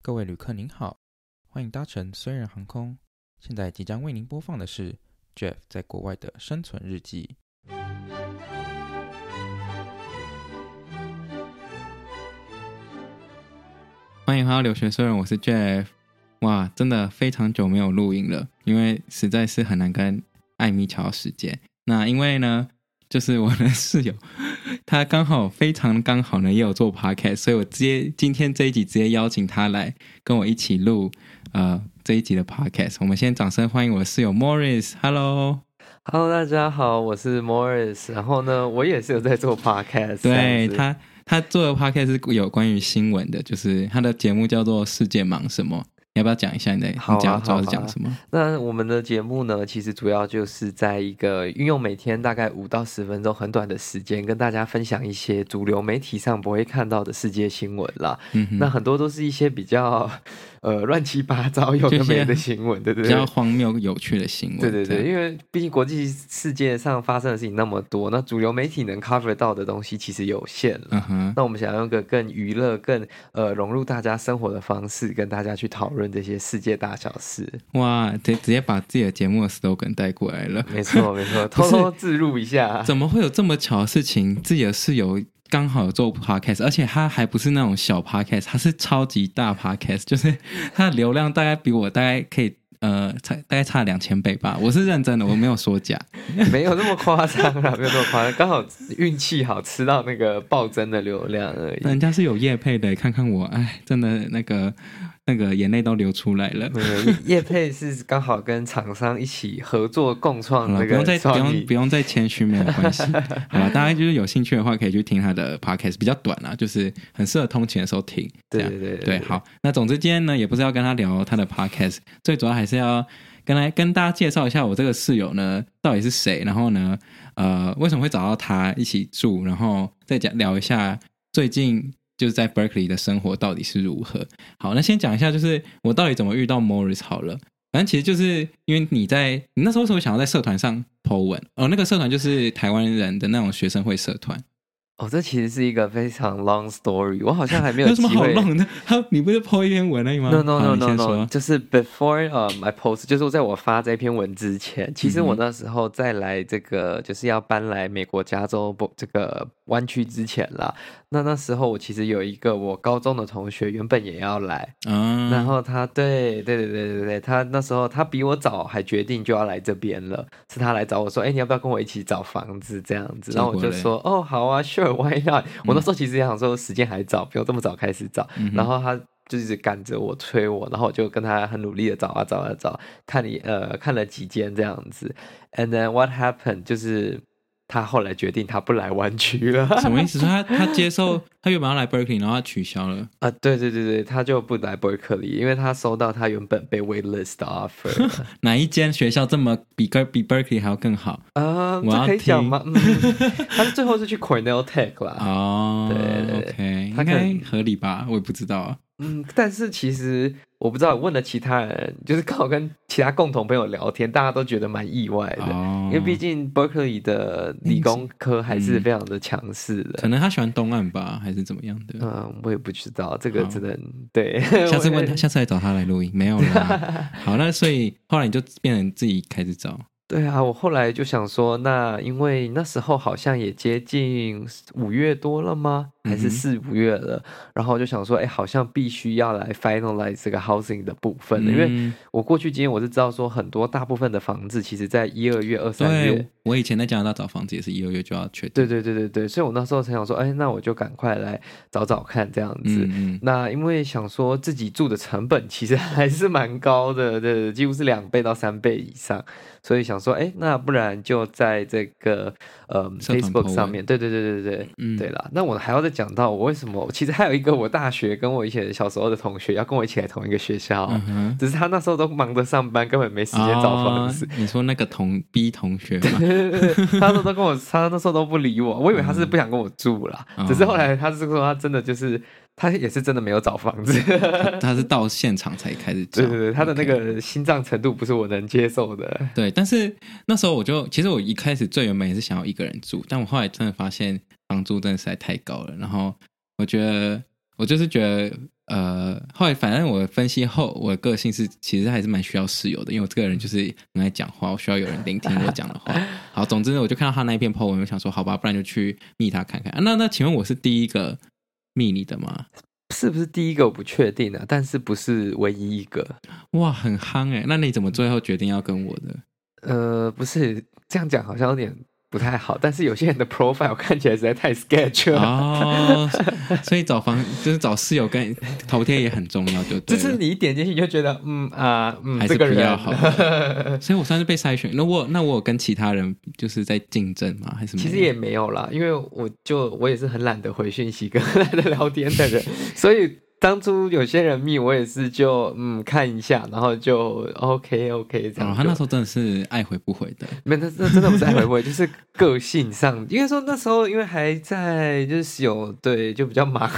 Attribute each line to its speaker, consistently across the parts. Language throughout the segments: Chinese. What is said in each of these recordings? Speaker 1: 各位旅客您好，欢迎搭乘虽然航空。现在即将为您播放的是 Jeff 在国外的生存日记。
Speaker 2: 欢迎回到留学虽然我是 Jeff。哇，真的非常久没有录音了，因为实在是很难跟艾米瞧时间。那因为呢，就是我的室友，他刚好非常刚好呢也有做 podcast，所以我直接今天这一集直接邀请他来跟我一起录呃这一集的 podcast。我们先掌声欢迎我的室友 Morris。Hello。
Speaker 3: Hello，大家好，我是 Morris。然后呢，我也是有在做 podcast 这样
Speaker 2: 对
Speaker 3: 子。
Speaker 2: 他，他做的 podcast 是有关于新闻的，就是他的节目叫做《世界忙什么》。你要不要讲一下你的？
Speaker 3: 好啊
Speaker 2: 你讲主
Speaker 3: 好
Speaker 2: 要
Speaker 3: 啊
Speaker 2: 是讲什么？
Speaker 3: 那我们的节目呢，其实主要就是在一个运用每天大概五到十分钟很短的时间，跟大家分享一些主流媒体上不会看到的世界新闻啦。
Speaker 2: 嗯哼，
Speaker 3: 那很多都是一些比较 呃乱七八糟、有的
Speaker 2: 这些
Speaker 3: 没的新闻，对不
Speaker 2: 比
Speaker 3: 对？
Speaker 2: 较荒谬有趣的新闻。
Speaker 3: 对对
Speaker 2: 这
Speaker 3: 对，
Speaker 2: 样，
Speaker 3: 因为毕竟国际世界上发生的事情那么多，那主流媒体能 cover 到的东西其实有限了。
Speaker 2: 嗯哼，
Speaker 3: 那我们想用个更娱乐、更呃融入大家生活的方式，跟大家去讨论这些世界大小事。
Speaker 2: 哇，直直接把自己的节目的 slogan 带过来了。
Speaker 3: 没错，没 错，偷偷自入一下。
Speaker 2: 怎么会有这么巧的事情？自己的室友刚好有做 podcast，而且他还不是那种小 podcast，他是超级大 podcast，就是 他的流量大概比我大概可以呃差大概差两千倍吧。我是认真的，我没有说假。
Speaker 3: 没有那么夸张啦，没有那么夸张，刚好运气好吃到那个暴增的流量而已。
Speaker 2: 人家是有业配的，看看我，哎，真的那个那个眼泪都流出来了。
Speaker 3: 没有，嗯叶配是刚好跟厂商一起合作共
Speaker 2: 好
Speaker 3: 创
Speaker 2: 了，
Speaker 3: 这
Speaker 2: 嗯不用
Speaker 3: 个
Speaker 2: 再不
Speaker 3: 创
Speaker 2: 用
Speaker 3: 意
Speaker 2: 不。用再谦虚，没有关系。好了，大家就是有兴趣的话，可以去听他的 podcast，比较短啊，就是很适合通勤的时候听。这
Speaker 3: 对
Speaker 2: 样
Speaker 3: 对对
Speaker 2: 对，好，那总之今天呢，也不是要跟他聊他的 podcast，最主要还是要跟来跟大家介绍一下我这个室友呢到底是谁，然后呢，呃，为什么会找到他一起住，然后再讲聊一下最近就是在 Berkeley 的生活到底是如何。好，那先讲一下就是我到底怎么遇到 Morris 好了。反正其实就是因为你在你那时候为什么想要在社团上 po 文？哦，那个社团就是台湾人的那种学生会社团，
Speaker 3: 哦，这其实是一一个非常 long story，我好像还没
Speaker 2: 有什
Speaker 3: 机
Speaker 2: 么好
Speaker 3: 会。
Speaker 2: 弄的？ 他你不是 po 一篇文而已吗
Speaker 3: No no
Speaker 2: 好
Speaker 3: no
Speaker 2: 你
Speaker 3: no
Speaker 2: 先
Speaker 3: no，
Speaker 2: 说
Speaker 3: 就是 before um I post，就是在我发这篇文之前，其实我
Speaker 2: 嗯哼
Speaker 3: 那时候在来这个就是要搬来美国加州不这个湾区之前啦，那那时候我其实有一个我高中的同学原本也要来，
Speaker 2: 啊，
Speaker 3: 然后他对对对对对对，他那时候他比我早还决定就要来这边了，是他来找我说，哎、你要不要跟我一起找房子这样子？
Speaker 2: 结
Speaker 3: 然后我
Speaker 2: 果
Speaker 3: 就
Speaker 2: 嘞
Speaker 3: 说，哦，好啊，sure，why not？我那时候其实也想说时间还早，不用这么早开始找。
Speaker 2: 嗯哼
Speaker 3: 然后他就一直赶着我催我，然后我就跟他很努力的找啊找啊找，看你呃看了几间这样子，and then what happened 就是他后来决定他不来湾区了
Speaker 2: 什么意思？说他他接受，他原本要来 Berkeley，然后他取消了。
Speaker 3: 啊，对对对对，他就不来伯克利，因为他收到他原本被 waitlist 的 offer 了
Speaker 2: 哪一间学校这么比哥比 Berkeley 还要更好？
Speaker 3: 啊，
Speaker 2: 我要
Speaker 3: 这可以讲
Speaker 2: 听
Speaker 3: 吗？嗯， 他最后是去 Cornell Tech 啦，
Speaker 2: 哦，
Speaker 3: 对对对
Speaker 2: o k 应
Speaker 3: 他可能
Speaker 2: 该合理吧？我也不知道啊。
Speaker 3: 嗯，但是其实我不知道，问了其他人，就是刚好跟其他共同朋友聊天，大家都觉得蛮意外的。
Speaker 2: 哦，
Speaker 3: 因为毕竟 Berkeley 的理工科还是非常的强势
Speaker 2: 可
Speaker 3: 的。
Speaker 2: 能他喜欢东岸吧，还是怎么样的？
Speaker 3: 嗯，我也不知道，这个
Speaker 2: 好
Speaker 3: 只能对。
Speaker 2: 下次问 他，
Speaker 3: 我
Speaker 2: 下次来找他来录音，没有啦。 好，那所以后来你就变成自己开始找，
Speaker 3: 对啊，我后来就想说，那因为那时候好像也接近五月多了吗？还
Speaker 2: 嗯哼
Speaker 3: 是四五月了？然后我就想说，哎，好像必须要来 finalize 这个 housing 的部分了，因为
Speaker 2: 嗯
Speaker 3: 我过去经验我是知道说，很多大部分的房子其实在一二月、二三月
Speaker 2: 对，我以前在加拿大找房子也是一二月就要确定。
Speaker 3: 对对对对对，所以我那时候才想说，哎，那我就赶快来找找看这样子。
Speaker 2: 嗯嗯，
Speaker 3: 那因为想说自己住的成本其实还是蛮高的，对，几乎是两倍到三倍以上，所以想说，哎，那不然就在这个呃
Speaker 2: 社团 po
Speaker 3: Facebook 上
Speaker 2: 文
Speaker 3: 面，对对对对对。
Speaker 2: 嗯
Speaker 3: 对啦，那我还要再讲到我为什么，其实还有一个我大学跟我以前小时候的同学要跟我一起来同一个学校，
Speaker 2: 嗯哼，
Speaker 3: 只是他那时候都忙着上班，根本没时间找房子。
Speaker 2: 哦你说那个同 B 同学吗？
Speaker 3: 他那时候都跟我，他那时候都不理我，我以为他是不想跟我住啦。
Speaker 2: 嗯
Speaker 3: 只是后来他是说他真的就是他也是真的没有找房子，
Speaker 2: 他他是到现场才开始找，
Speaker 3: 对对对，他的那
Speaker 2: OK
Speaker 3: 个心脏程度不是我能接受的。
Speaker 2: 对，但是那时候我就，其实我一开始最原本也是想要一个人住，但我后来真的发现房租真的实在太高了，然后我觉得。我就是觉得，呃，后来反正我分析后，我的个性是其实还是蛮需要室友的，因为我这个人就是很爱讲话，我需要有人聆听我讲的话。好，总之呢，我就看到他那一篇 po 文，我想说，好吧，不然就去密他看看。啊、那那请问我是第一个密你的吗？
Speaker 3: 是不是第一个我不确定啊，但是不是唯一一个？
Speaker 2: 哇，很夯哎、那你怎么最后决定要跟我的？
Speaker 3: 呃，不是这样讲好像有点不太好，但是有些人的 profile 看起来实在太 sketch 了。
Speaker 2: 哦，所以找房就是找室友跟头贴也很重要，就对
Speaker 3: 就
Speaker 2: 了。
Speaker 3: 是你一点进去你就觉得，嗯啊、嗯，
Speaker 2: 还
Speaker 3: 这
Speaker 2: 是
Speaker 3: 个
Speaker 2: 比较
Speaker 3: 人。
Speaker 2: 好 所以我算是被筛选。那我那我有跟其他人就是在竞争吗？还是没有
Speaker 3: 其实也没有啦，因为我就我也是很懒得回讯息跟懒得聊天的 人，所以当初有些人密我也是就嗯看一下，然后就 OK OK 这样就。
Speaker 2: 哦，他那时候真的是爱回不回的。
Speaker 3: 没有，那那真的不是爱回不回，就是个性上，应该说那时候因为还在就是有对就比较 忙，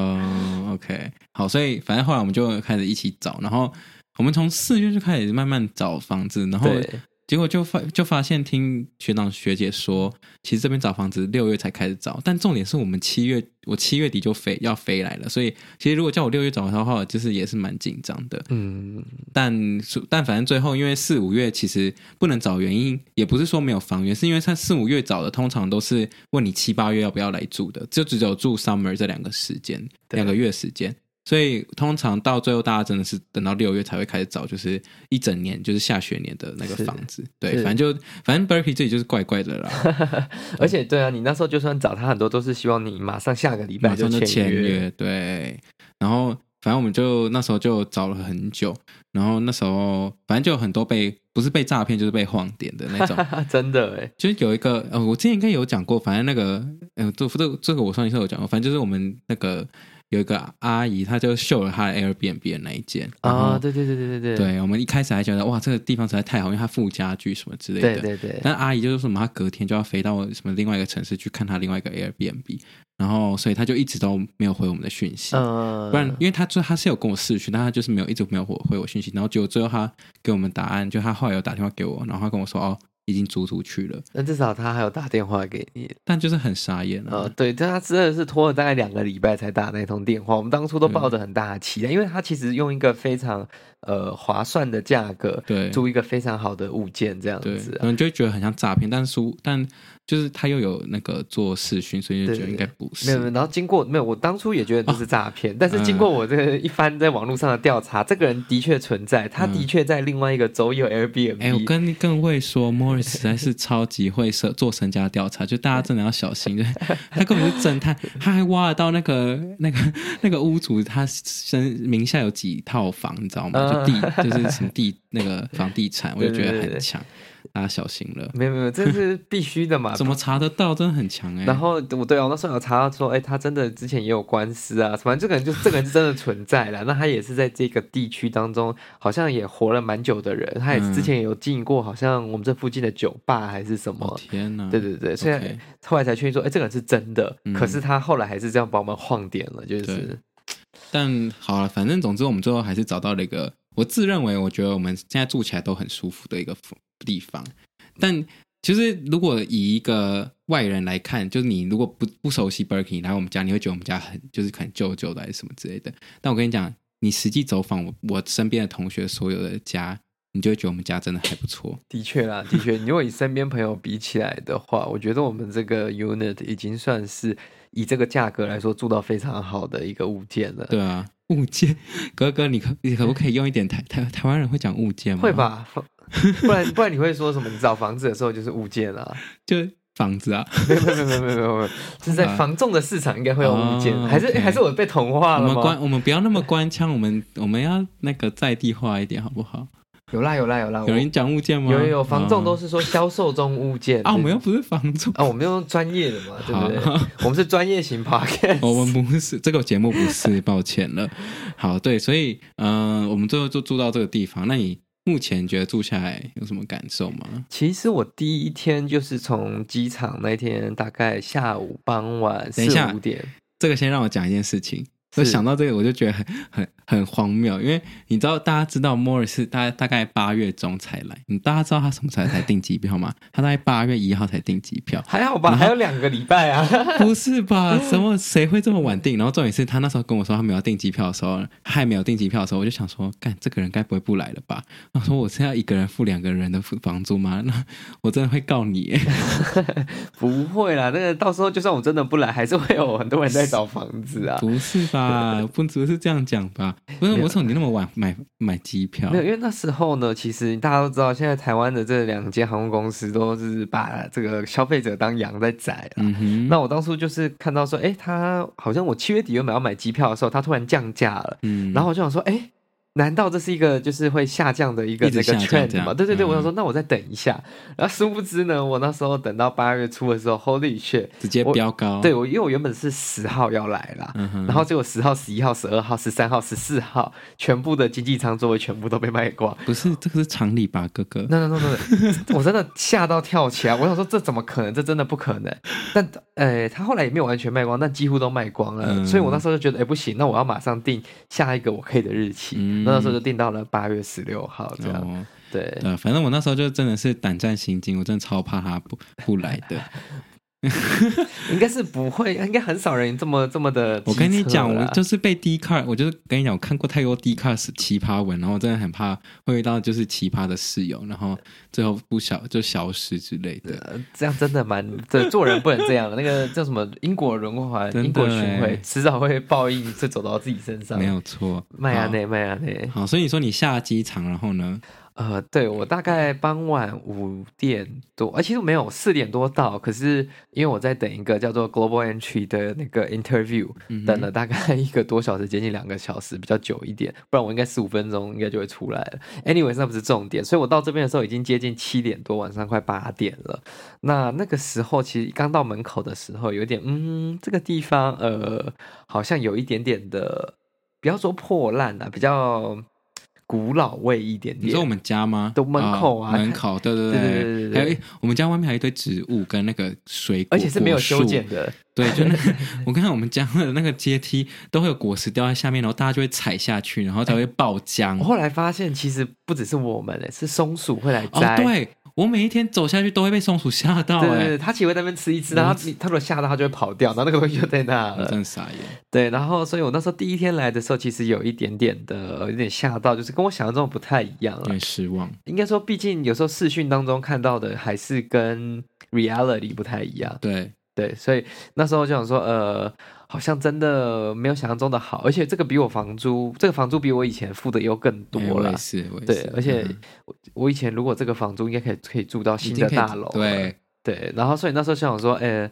Speaker 2: 哦，OK，好， 所以反正后来我们就开始一起找，然后我们从四月就开始慢慢找房子，然后
Speaker 3: 对
Speaker 2: 结果就发就发现听学长学姐说，其实这边找房子六月才开始找，但重点是我们七月我七月底就飞要飞来了，所以其实如果叫我六月找的话，就是也是蛮紧张的。
Speaker 3: 嗯，
Speaker 2: 但是但反正最后因为四五月其实不能找，原因也不是说没有房源，是因为他四五月找的通常都是问你七八月要不要来住的，就只有住 summer 这两个时间，
Speaker 3: 对
Speaker 2: 两个月时间。所以通常到最后，大家真的是等到六月才会开始找，就是一整年，就是下学年的那个
Speaker 3: 是
Speaker 2: 房子。对，
Speaker 3: 是
Speaker 2: 反正就反正 Berkeley 这里就是怪怪的啦，
Speaker 3: 而且对啊，你那时候就算找他很多都是希望你马上下个礼拜
Speaker 2: 马上就
Speaker 3: 签
Speaker 2: 签约。对，然后反正我们就那时候就找了很久，然后那时候反正就有很多被不是被诈骗就是被晃点的 那种，
Speaker 3: 啊，真的哎，
Speaker 2: 就是有一个呃，我之前应该有讲过，反正那个呃，这这这个我上一次有讲过，反正就是我们那个有一个阿姨，她就秀了她的 Airbnb 的那一间然后
Speaker 3: 啊，对对对对对
Speaker 2: 对，我们一开始还觉得哇，这个地方实在太好，因为它附家具什么之类的。
Speaker 3: 对对对，
Speaker 2: 但阿姨就是什么，她隔天就要飞到什么另外一个城市去看她另外一个 Airbnb，然后所以她就一直都没有回我们的讯息。
Speaker 3: 嗯，
Speaker 2: 不然，因为他最他是有跟我视讯，但他就是没有一直没有回回我讯息，然后结果最后他给我们答案，就他后来有打电话给我，然后他跟我说哦，已经租出去了，
Speaker 3: 那至少他还有打电话给你
Speaker 2: 但就是很傻眼啊。
Speaker 3: 啊、对，但他真的是拖了大概两个礼拜才打那通电话。我们当初都抱着
Speaker 2: 嗯
Speaker 3: 很大的期待，因为他其实用一个非常呃划算的价格
Speaker 2: 对
Speaker 3: 租一个非常好的物件这样
Speaker 2: 对，
Speaker 3: 子、
Speaker 2: 然
Speaker 3: 啊。
Speaker 2: 后你就会觉得很像诈骗，但是殊但就是他又有那个做视讯，所以就觉得应该不
Speaker 3: 没
Speaker 2: 是哦嗯
Speaker 3: 有，没有，然后经过没有，我当初也觉得这是诈骗，但是经过我这个一番在网络上的调查，这个人的确存在，他的确在另外一个州有 Airbnb。
Speaker 2: 嗯哎、我跟更会说，Morris 实在 是超级会设做身家调查，就大家真的要小心。 就是他根本是侦探，他还挖得到那个那个那个屋主他身名下有几套房，你知道吗？就地就是什么地那个房地产，我就觉得
Speaker 3: 嗯对对对
Speaker 2: 很
Speaker 3: 对
Speaker 2: 强，大家小心了。，
Speaker 3: 没有没有，这是必须的嘛
Speaker 2: 怎么查得到？真的很强哎、
Speaker 3: 啊然后我对啊，我那时候有查到说，哎，他真的之前也有官司啊，反正这个人就这个人是真的存在了。那他也是在这个地区当中，好像也活了蛮久的人。他也
Speaker 2: 嗯
Speaker 3: 是之前也有进过，好像我们这附近的酒吧还是什么。
Speaker 2: 哦天哪！
Speaker 3: 对对对，虽然
Speaker 2: OK
Speaker 3: 后来才确定说，哎，这个人是真的，
Speaker 2: 嗯
Speaker 3: 可是他后来还是这样把我们晃点了，就
Speaker 2: 对
Speaker 3: 是
Speaker 2: 但好了，反正总之我们最后还是找到了一个，我自认为我觉得我们现在住起来都很舒服的一个地方。但其实如果以一个外人来看，就是你如果不不熟悉 Berkeley 来我们家，你会觉得我们家很就是很旧旧的还是什么之类的。但我跟你讲，你实际走访我我身边的同学所有的家，你就会觉得我们家真的还不错。
Speaker 3: 的确啦，的确，如果以身边朋友比起来的话，我觉得我们这个 unit 已经算是以这个价格来说住到非常好的一个物件了。
Speaker 2: 对啊，物件，哥哥，你可你可不可以用一点台台台湾人会讲物件吗？
Speaker 3: 会？吧？房不然不然你会说什么？你找房子的时候就是物件啊？
Speaker 2: 就房子啊。
Speaker 3: 没有没有没有没有没有没有，就是在房仲的市场应该会有物件，
Speaker 2: 啊
Speaker 3: 还是
Speaker 2: OK
Speaker 3: 还是我被同化
Speaker 2: 我
Speaker 3: 了
Speaker 2: 们
Speaker 3: 吗
Speaker 2: 官，？我们不要那么官腔，我们我们要那个在地化一点，好不好？
Speaker 3: 有啦有啦有啦，
Speaker 2: 有
Speaker 3: 啊我
Speaker 2: 人讲物件吗？
Speaker 3: 有有有，房仲都
Speaker 2: 是
Speaker 3: 是说销售中物件
Speaker 2: 啊，我们又
Speaker 3: 用
Speaker 2: 不是房仲，
Speaker 3: 啊，我们用专业的嘛，对不对
Speaker 2: 好？
Speaker 3: 我们是专业型 podcast，
Speaker 2: 我们不是这个节目不 是，抱歉了。好，对，所以嗯、呃我们最后就住到这个地方。那你目前觉得住下来有什么感受吗？
Speaker 3: 其实我第一天就是从机场那天，大概下午傍晚四
Speaker 2: 等一下
Speaker 3: 五点，
Speaker 2: 这个先让我讲一件事情。
Speaker 3: 是
Speaker 2: 我想到这个，我就觉得很很很荒谬，因为你知道大家知道莫尔是大大概八月中才来，你大家知道他什么时候才订机票吗？他大概八月一号才订机票，
Speaker 3: 还好吧，还有两个礼拜啊。
Speaker 2: 不是吧？什么谁会这么晚订？然后重点是他那时候跟我说他没有订机票的时候，他还没有订机票的时候，我就想说，干这个人该不会不来了吧？他说我是要一个人付两个人的房租吗？那我真的会告你耶。
Speaker 3: 不会啦，那个到时候就算我真的不来，还是会有很多人在找房子啊。
Speaker 2: 不是吧？不不是这样讲吧？不是
Speaker 3: 没有
Speaker 2: 我从你那么晚买买机票
Speaker 3: 没，有，因为那时候呢，其实大家都知道，现在台湾的这两间航空公司都是把这个消费者当羊在宰啊。
Speaker 2: 嗯哼，
Speaker 3: 那我当初就是看到说，哎，他好像我七月底原本要买机票的时候，他突然降价了，
Speaker 2: 嗯，
Speaker 3: 然后我就想说，哎，难道这是一个就是会下降的一个
Speaker 2: 一直
Speaker 3: 那个
Speaker 2: 下降这
Speaker 3: trend
Speaker 2: 样
Speaker 3: 吗？对对对，
Speaker 2: 嗯
Speaker 3: 我想说，那我再等一下。然后殊不知呢，我那时候等到八月初的时候，Holy shit！
Speaker 2: 直接
Speaker 3: 我
Speaker 2: 飙高，
Speaker 3: 对，我，因为我原本是十号要来啦，
Speaker 2: 哦嗯哼，
Speaker 3: 然后结果十号、十一号、十二号、十三号、十四号，全部的经济舱座位全部都被卖光。
Speaker 2: 不是这个是常理吧，哥哥？
Speaker 3: no no no no，我真的吓到跳起来，我想说这怎么可能？这真的不可能。但呃，他后来也没有完全卖光，但几乎都卖光了。
Speaker 2: 嗯
Speaker 3: 所以我那时候就觉得，哎、不行，那我要马上定下一个我可以的日期。
Speaker 2: 嗯
Speaker 3: 那时候就定到了八月十六号这样。
Speaker 2: 哦，
Speaker 3: 对，
Speaker 2: 对，反正我那时候就真的是胆战心惊，我真的超怕他不不来的。
Speaker 3: 应该是不会，应该很少人这么这么的。
Speaker 2: 我跟你讲，我就是被 D 卡，我就是跟你讲，我看过太多 D 卡奇葩文，然后我真的很怕会遇到就是奇葩的室友，然后最后不消就消失之类的。
Speaker 3: 呃这样真的蛮，对，做人不能这样的。那个叫什么因果轮环、
Speaker 2: 真的
Speaker 3: 因果循
Speaker 2: 欸
Speaker 3: 环，迟早会报应，是走到自己身上。
Speaker 2: 没，有错，
Speaker 3: 麦亚
Speaker 2: 好
Speaker 3: 内，麦亚内。
Speaker 2: 好，所以你说你下机场，然后呢？
Speaker 3: 呃，对，我大概傍晚五点多，呃，其实没有四点多到，可是因为我在等一个叫做 Global Entry 的那个 interview，、
Speaker 2: 嗯哼
Speaker 3: 等了大概一个多小时，接近两个小时，比较久一点，不然我应该十五分钟应该就会出来了。Anyways，那不是重点，所以我到这边的时候已经接近七点多，晚上快八点了。那那个时候其实刚到门口的时候，有点嗯，这个地方呃，好像有一点点的，不要说破烂啊，比较古老味一点点。
Speaker 2: 你说我们家吗？
Speaker 3: 都门口
Speaker 2: 哦
Speaker 3: 啊
Speaker 2: 门口，对对
Speaker 3: 对对对对对
Speaker 2: 还有一我们家外面还有一堆植物跟那个水
Speaker 3: 而
Speaker 2: 果，
Speaker 3: 且是没有修
Speaker 2: 果树嗯
Speaker 3: 剪的，
Speaker 2: 对，就 那个我看到我们家的那个阶梯都会有果实掉在下面，然后大家就会踩下去，然后才会爆浆。
Speaker 3: 我后来发现，其实不只是我们、欸，是松鼠会来
Speaker 2: 哦，
Speaker 3: 摘。
Speaker 2: 对，我每一天走下去都会被松鼠吓到、
Speaker 3: 对对
Speaker 2: 哎
Speaker 3: 对，，它其实会在那边吃一吃，然后它它如果吓到，它就会跑掉，然后那个东西就在那
Speaker 2: 我真
Speaker 3: 了。
Speaker 2: 的傻眼。
Speaker 3: 对，然后所以我那时候第一天来的时候，其实有一点点的有点吓到，就是跟我想象中的不太一样
Speaker 2: 有
Speaker 3: 了。
Speaker 2: 点失望，
Speaker 3: 应该说，毕竟有时候视讯当中看到的还是跟 reality 不太一样。
Speaker 2: 对，
Speaker 3: 对，所以那时候就想说，呃，好像真的没有想象中的好，而且这个比我房租，这个房租比我以前付的又更多
Speaker 2: 哎
Speaker 3: 了。
Speaker 2: 我也是，我也
Speaker 3: 对
Speaker 2: 是，
Speaker 3: 而且
Speaker 2: 嗯
Speaker 3: 我我以前如果这个房租应该可以可以住到
Speaker 2: 已
Speaker 3: 新
Speaker 2: 经
Speaker 3: 的
Speaker 2: 可以
Speaker 3: 大楼了，
Speaker 2: 对，
Speaker 3: 对，然后所以那时候就想说，呃，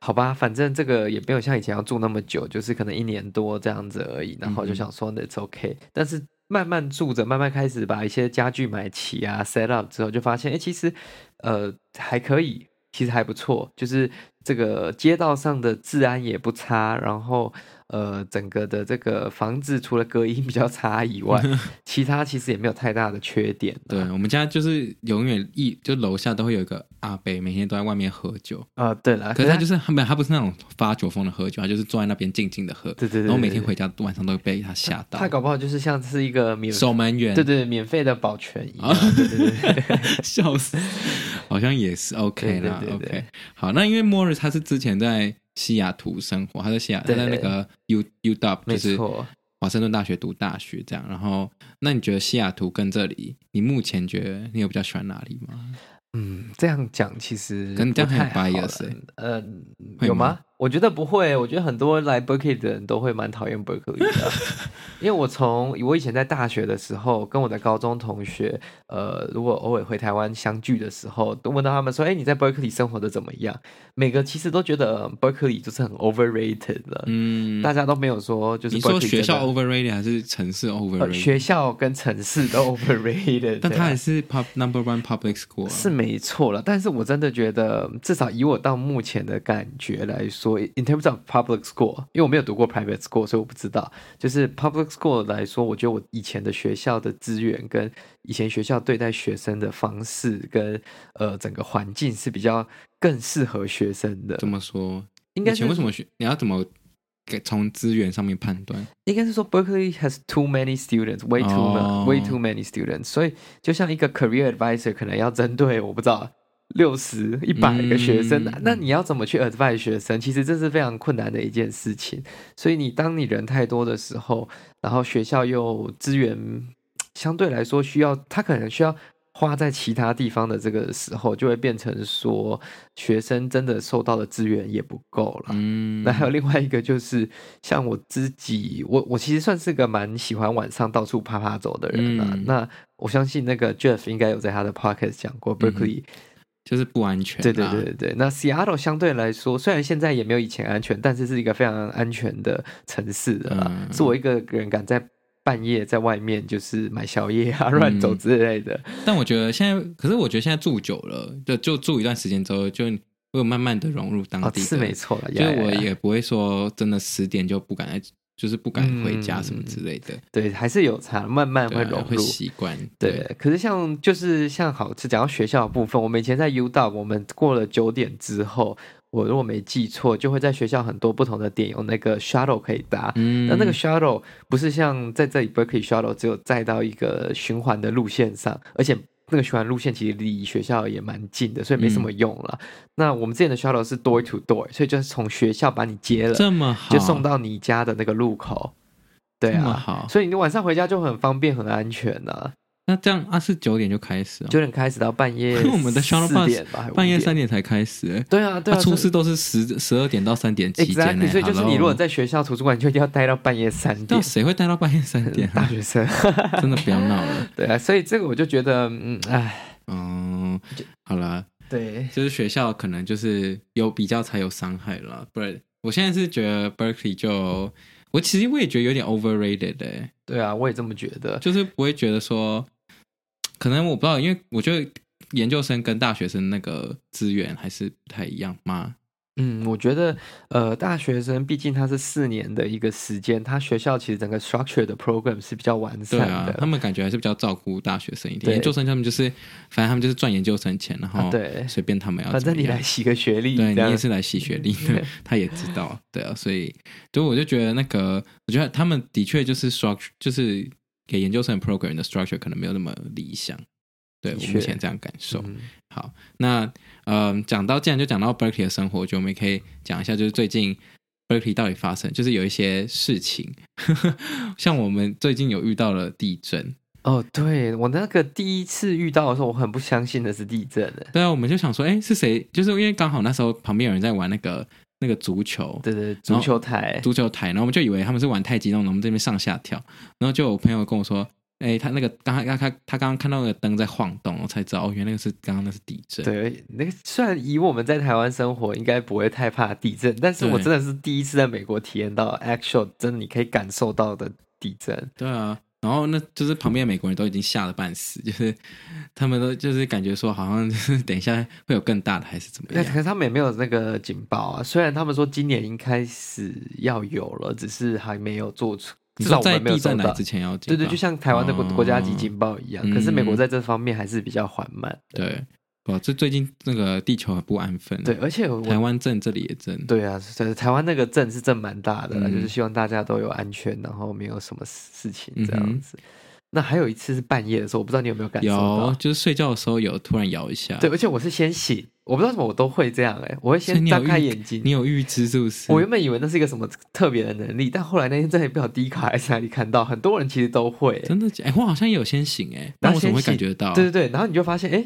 Speaker 3: 好吧，反正这个也没有像以前要住那么久，就是可能一年多这样子而已，然
Speaker 2: 嗯
Speaker 3: 后就想说那 it's OK，但是。慢慢住着，慢慢开始把一些家具买齐啊，set up 之后，就发现，哎、其实，呃，还可以，其实还不错，就是这个街道上的治安也不差，然后，呃，整个的这个房子除了隔音比较差以 外，其他其实也没有太大的缺点、啊。
Speaker 2: 对，我们家就是永远一就楼下都会有一个阿伯，每天都在外面喝酒，
Speaker 3: 啊、对了，
Speaker 2: 可是他就是是他没有，他不是那种发酒疯的喝酒，他就是坐在那边静静的喝，
Speaker 3: 对对对对
Speaker 2: 然后每天回家晚上都会被他吓到
Speaker 3: 他。搞不好就是像是一个免
Speaker 2: 守门员，
Speaker 3: 对对，免费的保全一样，
Speaker 2: 啊
Speaker 3: 对对 对对，
Speaker 2: 笑死，好像也是 OK
Speaker 3: 对对
Speaker 2: 啦
Speaker 3: 对
Speaker 2: o
Speaker 3: 对
Speaker 2: k 好，那因为 Morris 他是之前在西雅图生活，他在西雅他
Speaker 3: 对
Speaker 2: 在那个 U U W 就
Speaker 3: 没
Speaker 2: 是
Speaker 3: 错。
Speaker 2: 华盛顿大学读大学这样。然后，那你觉得西雅图跟这里，你目前觉得你有比较喜欢哪里吗？
Speaker 3: 嗯，这样讲其实
Speaker 2: 可能这样
Speaker 3: 不太
Speaker 2: 很
Speaker 3: 好
Speaker 2: bias
Speaker 3: 了
Speaker 2: 欸
Speaker 3: 呃，
Speaker 2: 会
Speaker 3: 有
Speaker 2: 吗
Speaker 3: 吗？我觉得不会，我觉得很多来 Berkeley 的人都会蛮讨厌 Berkeley 的，啊因为我从我以前在大学的时候，跟我的高中同学，呃，如果偶尔回台湾相聚的时候，都问到他们说，哎、你在 Berkeley 生活的怎么样？每个其实都觉得、呃 Berkeley 就是很 overrated 的，
Speaker 2: 嗯，
Speaker 3: 大家都没有说就是
Speaker 2: 你说
Speaker 3: Berkeley
Speaker 2: 学校
Speaker 3: 真的
Speaker 2: overrated 还是城市
Speaker 3: 呃
Speaker 2: overrated？、
Speaker 3: 学校跟城市都 overrated，
Speaker 2: 但
Speaker 3: 对
Speaker 2: 它
Speaker 3: 啊
Speaker 2: 还是 pub number one public school 啊。
Speaker 3: 是没错了，但是我真的觉得，至少以我到目前的感觉来说，in terms of public school，因为我没有读过 private school，所以我不知道。就是 public school 来说，我觉得我以前的学校的资源跟以前学校对待学生的方式跟呃整个环境是比较更适合学生的。
Speaker 2: 怎么说？
Speaker 3: 应该
Speaker 2: 以前
Speaker 3: 是
Speaker 2: 为什么学？你要怎么给从资源上面判断。
Speaker 3: 应该是说 Berkeley has too many students, way too、
Speaker 2: 哦
Speaker 3: way too many students。所以就像一个 career advisor 可能要针对我不知道六十一百个学生，
Speaker 2: 嗯
Speaker 3: 那你要怎么去 advise 学生？其实这是非常困难的一件事情。所以你当你人太多的时候，然后学校又资源相对来说需要，他可能需要。花在其他地方的这个时候，就会变成说，学生真的受到的资源也不够了。
Speaker 2: 嗯，
Speaker 3: 那还有另外一个就是，像我自己，我我其实算是个蛮喜欢晚上到处啪啪走的人啦。
Speaker 2: 嗯
Speaker 3: 那我相信那个 Jeff 应该有在他的 podcast 讲过
Speaker 2: 嗯哼
Speaker 3: Berkeley，、
Speaker 2: 就是不安全、啊。
Speaker 3: 对对对对对。那 Seattle 相对来说，虽然现在也没有以前安全，但是是一个非常安全的城市的啦。
Speaker 2: 嗯
Speaker 3: 是我一个人敢在半夜在外面就是买宵夜
Speaker 2: 嗯
Speaker 3: 啊、乱走之类的，
Speaker 2: 但我觉得现在，可是我觉得现在住久了，就就住一段时间之后，就会慢慢的融入当
Speaker 3: 哦，
Speaker 2: 地的、
Speaker 3: 是没错了。
Speaker 2: 所以
Speaker 3: 呀
Speaker 2: 我
Speaker 3: 呀呀
Speaker 2: 也不会说真的十点就不敢来，就是不敢回家什么之类的，
Speaker 3: 对，还是有差，慢慢嗯
Speaker 2: 对
Speaker 3: 会
Speaker 2: 啊
Speaker 3: 融
Speaker 2: 会
Speaker 3: 入。
Speaker 2: 习惯。
Speaker 3: 对，可是像就是像好，是讲到学校的部分，我们以前在 U 大，我们过了九点之后，我如果没记错，就会在学校很多不同的点有那个 shuttle 可以搭。
Speaker 2: 嗯，
Speaker 3: 那那个 shuttle 不是像在这里 Berkeley shuttle 只有载到一个循环的路线上，而且那个循环路线其实离学校也蛮近的，所以没什么
Speaker 2: 嗯
Speaker 3: 用了。那我们之前的 shuttle 是 door to door，所以就是从学校把你接了，
Speaker 2: 这么好，
Speaker 3: 就送到你家的那个路口。对
Speaker 2: 这么
Speaker 3: 啊，
Speaker 2: 好。
Speaker 3: 所以你晚上回家就很方便、很安全呐、啊。
Speaker 2: 那这样啊，是九点就开始哦，
Speaker 3: 九点开始到半夜
Speaker 2: 我们的 shuttle
Speaker 3: 四点吧，还
Speaker 2: 半夜
Speaker 3: 五点
Speaker 2: 三。点才开始、欸。
Speaker 3: 对啊，对啊，
Speaker 2: 他出
Speaker 3: 所以
Speaker 2: 事都是十十二点到三点期间、欸，
Speaker 3: exactly，所以就是你如果
Speaker 2: hello
Speaker 3: 在学校图书馆，就一定要待到半夜三
Speaker 2: 到
Speaker 3: 点。
Speaker 2: 谁会待到半夜三点、
Speaker 3: 大
Speaker 2: 啊？
Speaker 3: 学 生，
Speaker 2: 真的不要闹了。
Speaker 3: 对啊，所以这个我就觉得，嗯，哎，
Speaker 2: 嗯，好了，
Speaker 3: 对，
Speaker 2: 就是学校可能就是有比较才有伤害啦，不然我现在是觉得 Berkeley 就我其实我也觉得有点 overrated 哎、
Speaker 3: 对啊，我也这么觉得。
Speaker 2: 就是不会觉得说，可能我不知道，因为我觉得研究生跟大学生那个资源还是不太一样嘛。
Speaker 3: 嗯，我觉得，呃，大学生毕竟他是四年的一个时间，他学校其实整个 structure 的 program 是比较完
Speaker 2: 对
Speaker 3: 善
Speaker 2: 啊
Speaker 3: 的，。
Speaker 2: 他们感觉还是比较照顾大学生一点，
Speaker 3: 对
Speaker 2: 研究生他们就是反正他们就是赚研究生钱，然
Speaker 3: 啊
Speaker 2: 后
Speaker 3: 对，
Speaker 2: 随便他哦们要
Speaker 3: 反
Speaker 2: 怎
Speaker 3: 正
Speaker 2: 么
Speaker 3: 你
Speaker 2: 样
Speaker 3: 来。洗个学历，
Speaker 2: 对
Speaker 3: 这
Speaker 2: 你
Speaker 3: 样
Speaker 2: 也是来洗学历的
Speaker 3: 对，
Speaker 2: 他也知道，对啊，所以，所以我就觉得那个，我觉得他们的确就是 structure，就是给研究生 program 的 structure 可能没有那么理想，对
Speaker 3: 的
Speaker 2: 我
Speaker 3: 确
Speaker 2: 目前这样感受。
Speaker 3: 嗯
Speaker 2: 好，那嗯、呃讲到既然就讲到 Berkeley 的生活，我觉得我们也可以讲一下，就是最近 Berkeley 到底发生，就是有一些事情， 像我们最近有遇到了地震，
Speaker 3: 哦，对我那个第一次遇到的时候，我很不相信那是地震的。
Speaker 2: 对啊，我们就想说，哎，是谁？就是因为刚好那时候旁边有人在玩那个那个足球，
Speaker 3: 对对，足球台，
Speaker 2: 足球台，然后我们就以为他们是玩太极那种，我们这边上下跳，然后就有朋友跟我说，哎、他那个刚刚他他刚刚看到那个灯在晃动，我才知道哦，原来那个是刚刚那是地震。，
Speaker 3: 对，那个虽然以我们在台湾生活，应该不会太怕地震，但是我
Speaker 2: 对
Speaker 3: 真的是第一次在美国体验到 actual 真的你可以感受到的地震。
Speaker 2: 对啊，然后那就是旁边的美国人都已经吓得半死， 就是他们都就是感觉说好像就是等一下会有更大的还是怎么
Speaker 3: 那
Speaker 2: 样
Speaker 3: 可。是他们也没有那个警报啊，虽然他们说今年应该是要有了，只是还没有做出，
Speaker 2: 你
Speaker 3: 至
Speaker 2: 说
Speaker 3: 少我
Speaker 2: 在
Speaker 3: 们没有
Speaker 2: 地
Speaker 3: 收
Speaker 2: 震来
Speaker 3: 到
Speaker 2: 之。前要
Speaker 3: 对
Speaker 2: 警
Speaker 3: 对，
Speaker 2: 报
Speaker 3: 就像台湾的国
Speaker 2: 哦嗯
Speaker 3: 国家级警报一样，可是美国在这方面还是比较缓慢的。
Speaker 2: 对，哇，这最近那个地球很不安分，啊
Speaker 3: 对，，而且我
Speaker 2: 台湾震这里也震，
Speaker 3: 对啊，对台湾那个震是震蛮大的啦，
Speaker 2: 嗯
Speaker 3: 就是希望大家都有安全，然后没有什么事情这
Speaker 2: 嗯
Speaker 3: 样
Speaker 2: 哼
Speaker 3: 子。那还有一次是半夜的时候，我不知道你有没有感受
Speaker 2: 有
Speaker 3: 到？
Speaker 2: 就是睡觉的时候有突然摇一下，
Speaker 3: 对，而且我是先醒，我不知道为什么我都会这样哎、我会
Speaker 2: 所以
Speaker 3: 先
Speaker 2: 你有
Speaker 3: 张
Speaker 2: 预
Speaker 3: 开眼睛
Speaker 2: 你。有预知是不是？
Speaker 3: 我原本以为那是一个什么特别的能力，但后来那天在不晓得低卡还是哪里看到，很多人其实都会、欸。
Speaker 2: 真的假？哎、我好像有先醒哎、
Speaker 3: 然
Speaker 2: 但
Speaker 3: 后
Speaker 2: 我怎么会
Speaker 3: 先
Speaker 2: 感
Speaker 3: 醒
Speaker 2: 觉到？
Speaker 3: 对对对，然后你就发现，哎、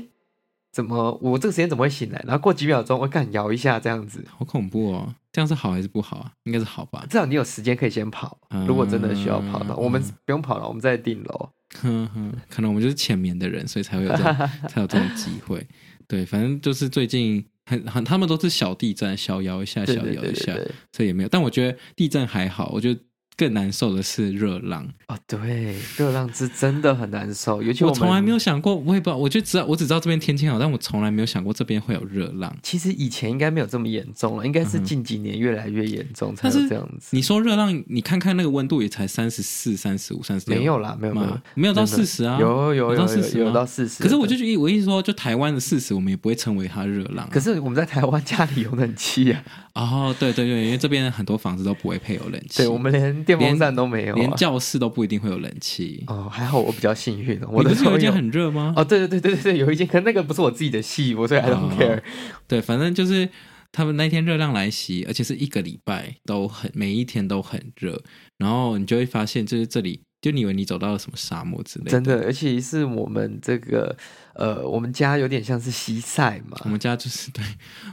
Speaker 3: 怎么我这个时间怎么会醒来？然后过几秒钟，我敢摇一下这样子，
Speaker 2: 好恐怖哦！这样是好还是不好啊？应该是好吧。
Speaker 3: 至少你有时间可以先跑。如果真的需要跑
Speaker 2: 嗯
Speaker 3: 的话，我们不用跑了，我们在顶楼。
Speaker 2: 哼哼， 可能我们就是浅眠的人，所以才会有 这种才有这种机会。对，反正就是最近很很，他们都是小地震，小摇一下，
Speaker 3: 对
Speaker 2: 小
Speaker 3: 对
Speaker 2: 摇
Speaker 3: 对
Speaker 2: 一下
Speaker 3: 对，对
Speaker 2: 所以也没有。但我觉得地震还好，我觉得更难受的是热浪。
Speaker 3: 啊，对，热浪是真的很难受，尤其
Speaker 2: 我
Speaker 3: 们
Speaker 2: 从来没有。想过，我也不知道，我就知道我只知道这边天气好，但我从来没有想过这边会有热浪。
Speaker 3: 其实以前应该没有这么严重了，应该是近几年越来越严重才
Speaker 2: 嗯但
Speaker 3: 有
Speaker 2: 是
Speaker 3: 这样子。
Speaker 2: 你说热浪，你看看那个温度也才三十四、三十五、三十六，
Speaker 3: 没有啦，没有没有
Speaker 2: 嘛，，没有到
Speaker 3: 真的
Speaker 2: 四十啊，
Speaker 3: 有有有
Speaker 2: 有到40
Speaker 3: 有
Speaker 2: 吗
Speaker 3: 到四十。
Speaker 2: 可是我就
Speaker 3: 对，
Speaker 2: 觉得，我一直说，就台湾的事实，我们也不会称为它热浪啊、
Speaker 3: 可是我们在台湾家里有冷气啊，
Speaker 2: 哦，对对对，因为这边很多房子都不会配有冷气，
Speaker 3: 对我们连电风扇都没有、
Speaker 2: 连
Speaker 3: 啊。
Speaker 2: 教室都不一定会有冷气。
Speaker 3: 哦，还好我比较幸运，哦我
Speaker 2: 你
Speaker 3: 的
Speaker 2: 不是有
Speaker 3: 朋
Speaker 2: 一间
Speaker 3: 友。
Speaker 2: 很热吗？
Speaker 3: 哦，对对对对对对，有一间，可那个不是我自己的戏，我所以 I don't
Speaker 2: 哦
Speaker 3: care。
Speaker 2: 对，反正就是他们那天热浪来袭，而且是一个礼拜都很，每一天都很热，然后你就会发现，就是这里，就你以为你走到了什么沙漠之类的。
Speaker 3: 真的，而且是我们这个呃，我们家有点像是西晒嘛
Speaker 2: 我。们家就是对，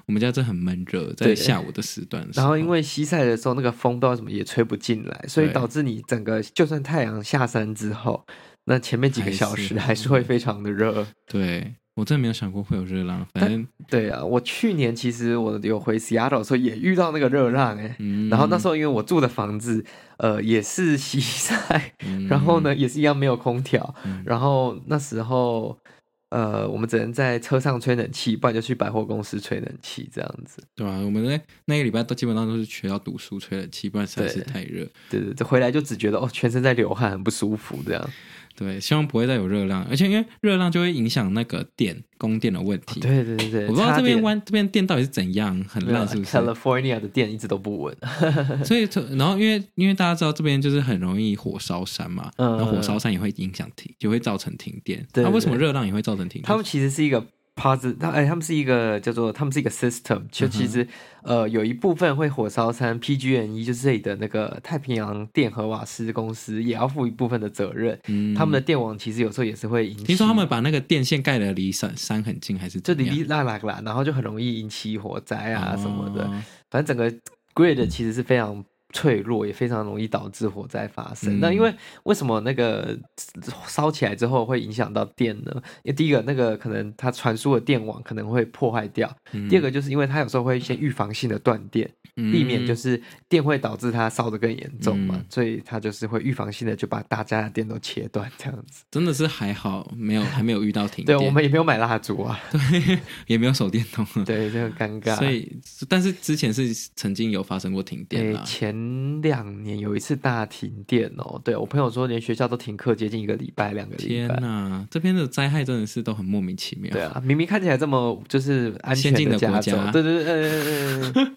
Speaker 2: 我们家真的很闷 热，在
Speaker 3: 对
Speaker 2: 下午的时段的时
Speaker 3: 然
Speaker 2: 候。
Speaker 3: 后因为西晒的时候，那个风不知道为什么也吹不进来，所以
Speaker 2: 对
Speaker 3: 导致你整个就算太阳下山之后，那前面几个
Speaker 2: 还是嗯
Speaker 3: 小时
Speaker 2: 很
Speaker 3: 还是会非常的热。
Speaker 2: 对我真的没有想过会有热浪，反正
Speaker 3: 对啊，我去年其实我有回 Seattle 的时候也遇到那个热浪哎、
Speaker 2: 嗯，
Speaker 3: 然后那时候因为我住的房子呃也是西晒，
Speaker 2: 嗯，
Speaker 3: 然后呢也是一样没有空调，
Speaker 2: 嗯，
Speaker 3: 然后那时候。呃，我们只能在车上吹冷气，不然就去百货公司吹冷气这样子。
Speaker 2: 对啊，我们那那个礼拜都基本上都是学校读书吹冷气，不然实在是太热。
Speaker 3: 对对对，回来就只觉得哦，全身在流汗，很不舒服这样。
Speaker 2: 对，希望不会再有热浪，而且因为热浪就会影响那个电供电的问题。
Speaker 3: 哦对对对对，
Speaker 2: 我不知道
Speaker 3: 差
Speaker 2: 这边
Speaker 3: 点
Speaker 2: 湾这边电到底是怎样，很
Speaker 3: 没有啊
Speaker 2: 烂是不是？
Speaker 3: California 的电一直都不稳。啊
Speaker 2: 所以从然后因为因为大家知道这边就是很容易火烧山嘛，
Speaker 3: 嗯
Speaker 2: 然后火烧山也会影响停，就会造成停电。
Speaker 3: 对对
Speaker 2: 那、
Speaker 3: 对
Speaker 2: 为什么热浪也会造成停电？
Speaker 3: 他们其实是一个 positive，他哎，他们是一个叫做他们是一个
Speaker 2: 嗯
Speaker 3: system，就其实、呃有一部分会火烧山 PG&E 就是这里的那个太平洋电和瓦斯公司也要负一部分的责任。
Speaker 2: 嗯
Speaker 3: 他们的电网其实有时候也是会引起，
Speaker 2: 听说他们嗯把那个电线盖的离山山很近，还是
Speaker 3: 就
Speaker 2: 怎
Speaker 3: 里
Speaker 2: 样
Speaker 3: 里啦啦啦，然后就很容易引起火灾啊什么的。
Speaker 2: 哦
Speaker 3: 反正整个 grid 其实是非常脆弱，也非常容易导致火灾发生。
Speaker 2: 嗯
Speaker 3: 那因为为什么那个烧起来之后会影响到电呢？因为第一个，那个可能它传输的电网可能会破坏掉；
Speaker 2: 嗯
Speaker 3: 第二个，就是因为它有时候会一些预防性的断电，避免就
Speaker 2: 嗯
Speaker 3: 是电会导致它烧得更严重嘛，
Speaker 2: 嗯
Speaker 3: 所以它就是会预防性的就把大家的电都切断这样子。
Speaker 2: 嗯真的是还好，没有还没有遇到 停
Speaker 3: 对，
Speaker 2: 电，
Speaker 3: 我们也没有买蜡烛啊，
Speaker 2: 也没有手电筒，
Speaker 3: 对，就很尴尬。
Speaker 2: 所以但是之前是曾经有发生过停电啊
Speaker 3: 诶
Speaker 2: 啦，
Speaker 3: 前两年有一次大停电哦，对我朋友说，连学校都停课接近一个礼拜、两个礼
Speaker 2: 天
Speaker 3: 拜。
Speaker 2: 呐，这边的灾害真的是都很莫名其妙。
Speaker 3: 对啊，明明看起来这么就是安全
Speaker 2: 先进的
Speaker 3: 加
Speaker 2: 国
Speaker 3: 州，
Speaker 2: 家
Speaker 3: 对对对对对对对对，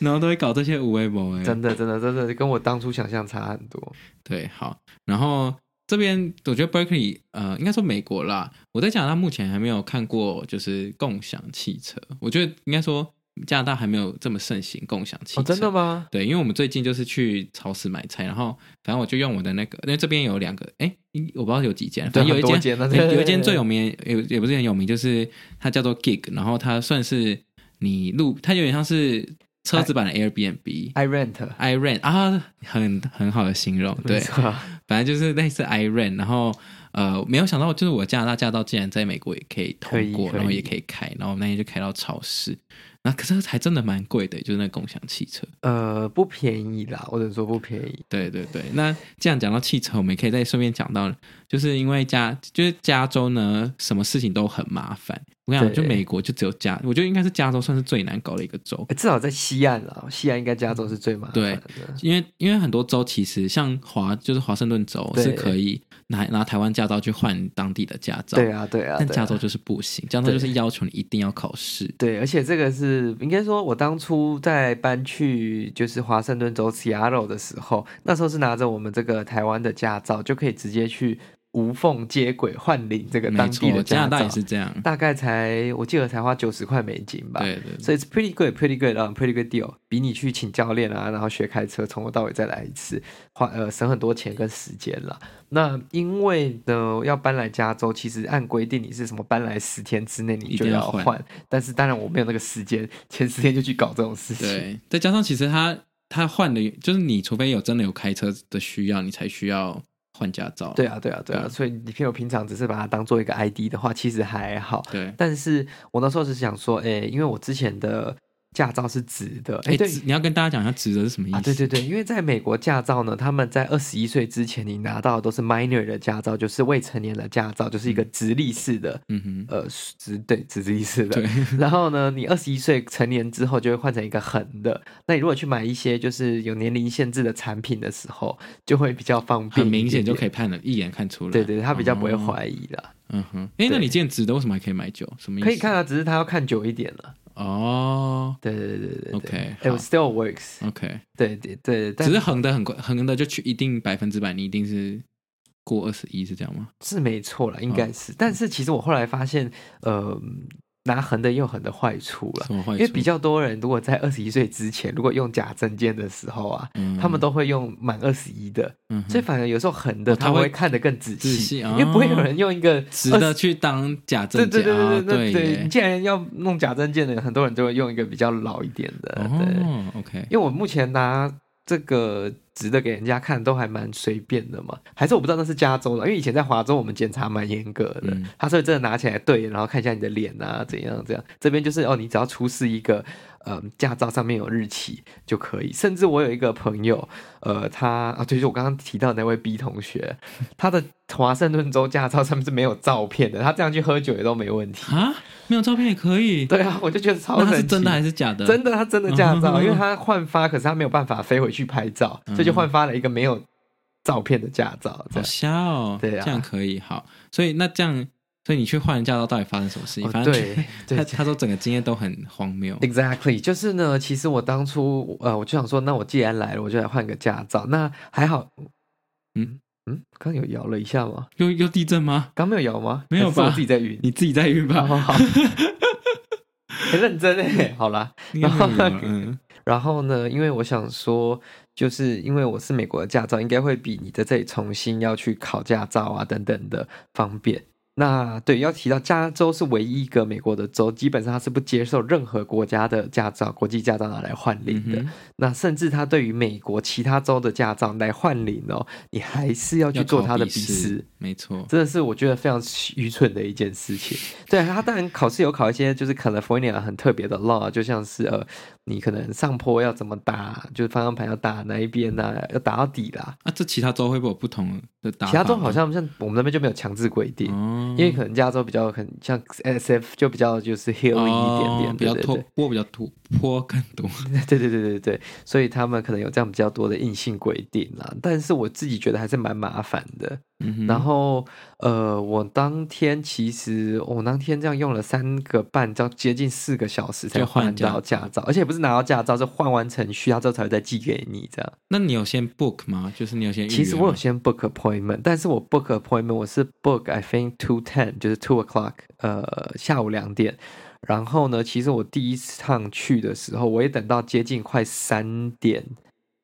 Speaker 2: 然后都会搞这些无为博哎。
Speaker 3: 真的真的真的跟我当初想象差很多。
Speaker 2: 对，好，然后这边我觉得 Berkeley 呃，应该说美国啦，我在加拿大目前还没有看过就是共享汽车，我觉得应该说加拿大还没有这么盛行共享汽车。
Speaker 3: 哦，真的？吗？
Speaker 2: 对，因为我们最近就是去超市买菜，然后反正我就用我的那个，因为这边有两个，哎，一我不知道有几间，
Speaker 3: 对
Speaker 2: 反正有
Speaker 3: 很
Speaker 2: 一
Speaker 3: 多
Speaker 2: 间
Speaker 3: 间啊
Speaker 2: 对
Speaker 3: 对对
Speaker 2: 有一间
Speaker 3: 对
Speaker 2: 最有名，也也不是很有名，就是它叫做 Gig，然后它算是你路，它有点像是车子版
Speaker 3: 哎
Speaker 2: 的 Airbnb。
Speaker 3: I rent，
Speaker 2: i rent 啊，很很好的形容，
Speaker 3: 没
Speaker 2: 对，
Speaker 3: 错
Speaker 2: 反正就是类似 i rent，然后呃，没有想到就是我加拿大驾照竟然在美国也可以
Speaker 3: 可
Speaker 2: 通
Speaker 3: 以
Speaker 2: 过，
Speaker 3: 可以
Speaker 2: 然后也可以开，然后我们那天就开到超市，那可是还真的蛮贵的，就是那共享汽车，
Speaker 3: 呃，不便宜啦，我只能说不便宜。
Speaker 2: 对对对，那这样讲到汽车，我们也可以再顺便讲到，就是因为加就是加州呢，什么事情都很麻烦。我跟你讲，就
Speaker 3: 对
Speaker 2: 美国就只有加，我觉得应该是加州算是最难搞的一个州，
Speaker 3: 诶至少在西岸啦，西岸应该加州是最麻烦
Speaker 2: 对
Speaker 3: 的。
Speaker 2: 因为因为很多州其实像华就是华盛顿州
Speaker 3: 对
Speaker 2: 是可以拿拿台湾驾照去换当地的驾照，
Speaker 3: 对啊，对啊，
Speaker 2: 但
Speaker 3: 对啊
Speaker 2: 加州就是不行，加州就是要求你一定要考试。
Speaker 3: 对，而且这个是应该说，我当初在搬去就是华盛顿州 Seattle 的时候，那时候是拿着我们这个台湾的驾照，就可以直接去无缝接轨换领这个
Speaker 2: 没
Speaker 3: 当地
Speaker 2: 错，
Speaker 3: 的
Speaker 2: 加
Speaker 3: 驾
Speaker 2: 拿大
Speaker 3: 照
Speaker 2: 也，是这样。
Speaker 3: 大概才我记得才花九十块美金吧。
Speaker 2: 对对对
Speaker 3: 所以 it's pretty good, pretty good, um, pretty good deal，比你去请教练啊，然后学开车，从头到尾再来一次，花呃省很多钱跟时间啦。那因为呢要搬来加州，其实按规定你是什么搬来十天之内你
Speaker 2: 一
Speaker 3: 就
Speaker 2: 定要
Speaker 3: 换，
Speaker 2: 换
Speaker 3: 但是当然我没有那个时间，前十天就去搞这种事情。
Speaker 2: 对，再加上其实他他换的，就是你除非有真的有开车的需要，你才需要换驾照。
Speaker 3: 对啊，对啊，对啊，
Speaker 2: 对
Speaker 3: 所以你朋友平常只是把它当做一个 ID 的话，其实还好。
Speaker 2: 对，
Speaker 3: 但是我那时候是想说，哎、因为我之前的驾照是直的，哎、
Speaker 2: 哎，
Speaker 3: 对，
Speaker 2: 指你要跟大家讲一下指的是什么意思？
Speaker 3: 啊，对对对，因为在美国驾照呢，他们在二十一岁之前，你拿到的都是 minor 的驾照，就是未成年的驾照，就是一个直立式的，
Speaker 2: 嗯
Speaker 3: 呃，直对直立式的。
Speaker 2: 对
Speaker 3: 然后呢，你二十一岁成年之后就会换成一个横的。那你如果去买一些就是有年龄限制的产品的时候，就会比较方
Speaker 2: 哼，
Speaker 3: 便
Speaker 2: 很
Speaker 3: 一点点，
Speaker 2: 明显就
Speaker 3: 以。
Speaker 2: 可以判了，一眼看出来。
Speaker 3: 对对，他比较不会
Speaker 2: 哦。
Speaker 3: 怀疑啦。
Speaker 2: 嗯哼，哎，那
Speaker 3: 对
Speaker 2: 你见指的为什么还可以买酒？什么意思？
Speaker 3: 可以看啊，只是他要看久一点了。
Speaker 2: 哦
Speaker 3: 对对对对对对
Speaker 2: ，OK，
Speaker 3: ，It
Speaker 2: 好
Speaker 3: still works。
Speaker 2: OK，
Speaker 3: 对对对，但
Speaker 2: 只是横的很快，横的就去一定百分之百，你一定是过二十一，是这样吗？
Speaker 3: 是没错了，
Speaker 2: 嗯
Speaker 3: 应该是。但是其实我后来发现，呃，拿横的也有横的坏处了，
Speaker 2: 什么坏处？
Speaker 3: 因为比较多人如果在二十一岁之前，如果用假证件的时候啊，
Speaker 2: 嗯，
Speaker 3: 他们都会用满二十一的，
Speaker 2: 嗯哼
Speaker 3: 所以反而有时候横的
Speaker 2: 哦他
Speaker 3: 他会
Speaker 2: 会
Speaker 3: 看得更仔
Speaker 2: 仔
Speaker 3: 细，
Speaker 2: 细
Speaker 3: 因为不会有
Speaker 2: 哦
Speaker 3: 人用一个
Speaker 2: 值
Speaker 3: 20
Speaker 2: 得去当假
Speaker 3: 对
Speaker 2: 证
Speaker 3: 对
Speaker 2: 件
Speaker 3: 对
Speaker 2: 啊，
Speaker 3: 对对对，
Speaker 2: 耶
Speaker 3: 你既然要弄假证件的，很多人就会用一个比较老一点的，对。
Speaker 2: 哦，OK，
Speaker 3: 因为我目前拿这个值得给人家看都还蛮随便的嘛，还是我不知道那是加州的，因为以前在华州我们检查蛮严格的，
Speaker 2: 嗯
Speaker 3: 他是会真的拿起来对，然后看一下你的脸啊怎样怎样。这边就是哦，你只要出示一个呃驾照上面有日期就可以。甚至我有一个朋友，呃，他啊，对，就我刚刚提到的那位 B 同 学，他的华盛顿州驾照上面是没有照片的，他这样去喝酒也都没问 题。
Speaker 2: 啊，没有照片也可以，
Speaker 3: 对啊，我就觉得超
Speaker 2: 那它
Speaker 3: 神
Speaker 2: 是
Speaker 3: 奇。
Speaker 2: 真的还是假的？
Speaker 3: 真的，他真的驾照，
Speaker 2: 嗯
Speaker 3: 因为他换发，可是他没有办法飞回去拍照，
Speaker 2: 嗯
Speaker 3: 所以就换发了一个没有照片的驾照。这
Speaker 2: 好
Speaker 3: 样，
Speaker 2: 瞎哦，
Speaker 3: 对啊
Speaker 2: 这样可以好，所以那这样，所以你去换人驾照到底发生什么事情？
Speaker 3: 哦
Speaker 2: 反正
Speaker 3: 对
Speaker 2: 他
Speaker 3: 对
Speaker 2: 他说整个经验都很荒谬，
Speaker 3: Exactly，就是呢，其实我当初呃，我就想说，那我既然来了，我就来换个驾照。那还好，嗯
Speaker 2: 嗯
Speaker 3: 嗯，刚有摇了一下吗？
Speaker 2: 又又地震吗？
Speaker 3: 刚没有摇吗？
Speaker 2: 没有
Speaker 3: 还是我
Speaker 2: 吧
Speaker 3: 自己在 晕。
Speaker 2: 你自己在晕
Speaker 3: 好
Speaker 2: 吧，
Speaker 3: 好 好，很认真哎，好啦，
Speaker 2: 应该没有晕 吧
Speaker 3: 然后
Speaker 2: 嗯
Speaker 3: 然后呢，因为我想说，就是因为我是美国的驾照，应该会比你在这里重新要去考驾照啊等等的方便。那对，要提到加州是唯一一个美国的州，基本上它是不接受任何国家的驾照、国际驾照拿来换领的。
Speaker 2: 嗯哼
Speaker 3: 那甚至它对于美国其他州的驾照来换领哦，你还是要去
Speaker 2: 要
Speaker 3: 做
Speaker 2: 考
Speaker 3: 它的
Speaker 2: 笔
Speaker 3: 笔试。
Speaker 2: 没错，
Speaker 3: 真的是我觉得非常愚蠢的一件事情。对他当然考试有考一些就是 California 很特别的 law，就像是呃，你可能上坡要怎么打，就是方向盘要打哪一边呐、要打到底啦。
Speaker 2: 啊，这其他州会不会有不同的打法吗？
Speaker 3: 其他州好像像我们那边就没有强制规定。
Speaker 2: 哦，
Speaker 3: 因为可能加州比较很像 S F 就比较就是 hill 一点点，
Speaker 2: 哦比较
Speaker 3: 对对
Speaker 2: 拖
Speaker 3: 对
Speaker 2: 坡比较突坡更多，
Speaker 3: 对对对对对，所以他们可能有这样比较多的硬性规定啦。但是我自己觉得还是蛮麻烦的。
Speaker 2: 嗯哼
Speaker 3: 然后呃，我当天其实我当天这样用了三个半到接近四个小时才
Speaker 2: 就换
Speaker 3: 换到
Speaker 2: 驾
Speaker 3: 驾照，而且也不是拿到驾照，是换完程序，他之后才会再寄给你这样。
Speaker 2: 那你有先 book 吗？就是你有先预约吗
Speaker 3: 其实我有先 book appointment，但是我 book appointment 我是 book I think two ten，就是 two o'clock，呃，下午两点。然后呢，其实我第一趟去的时候，我也等到接近快三点，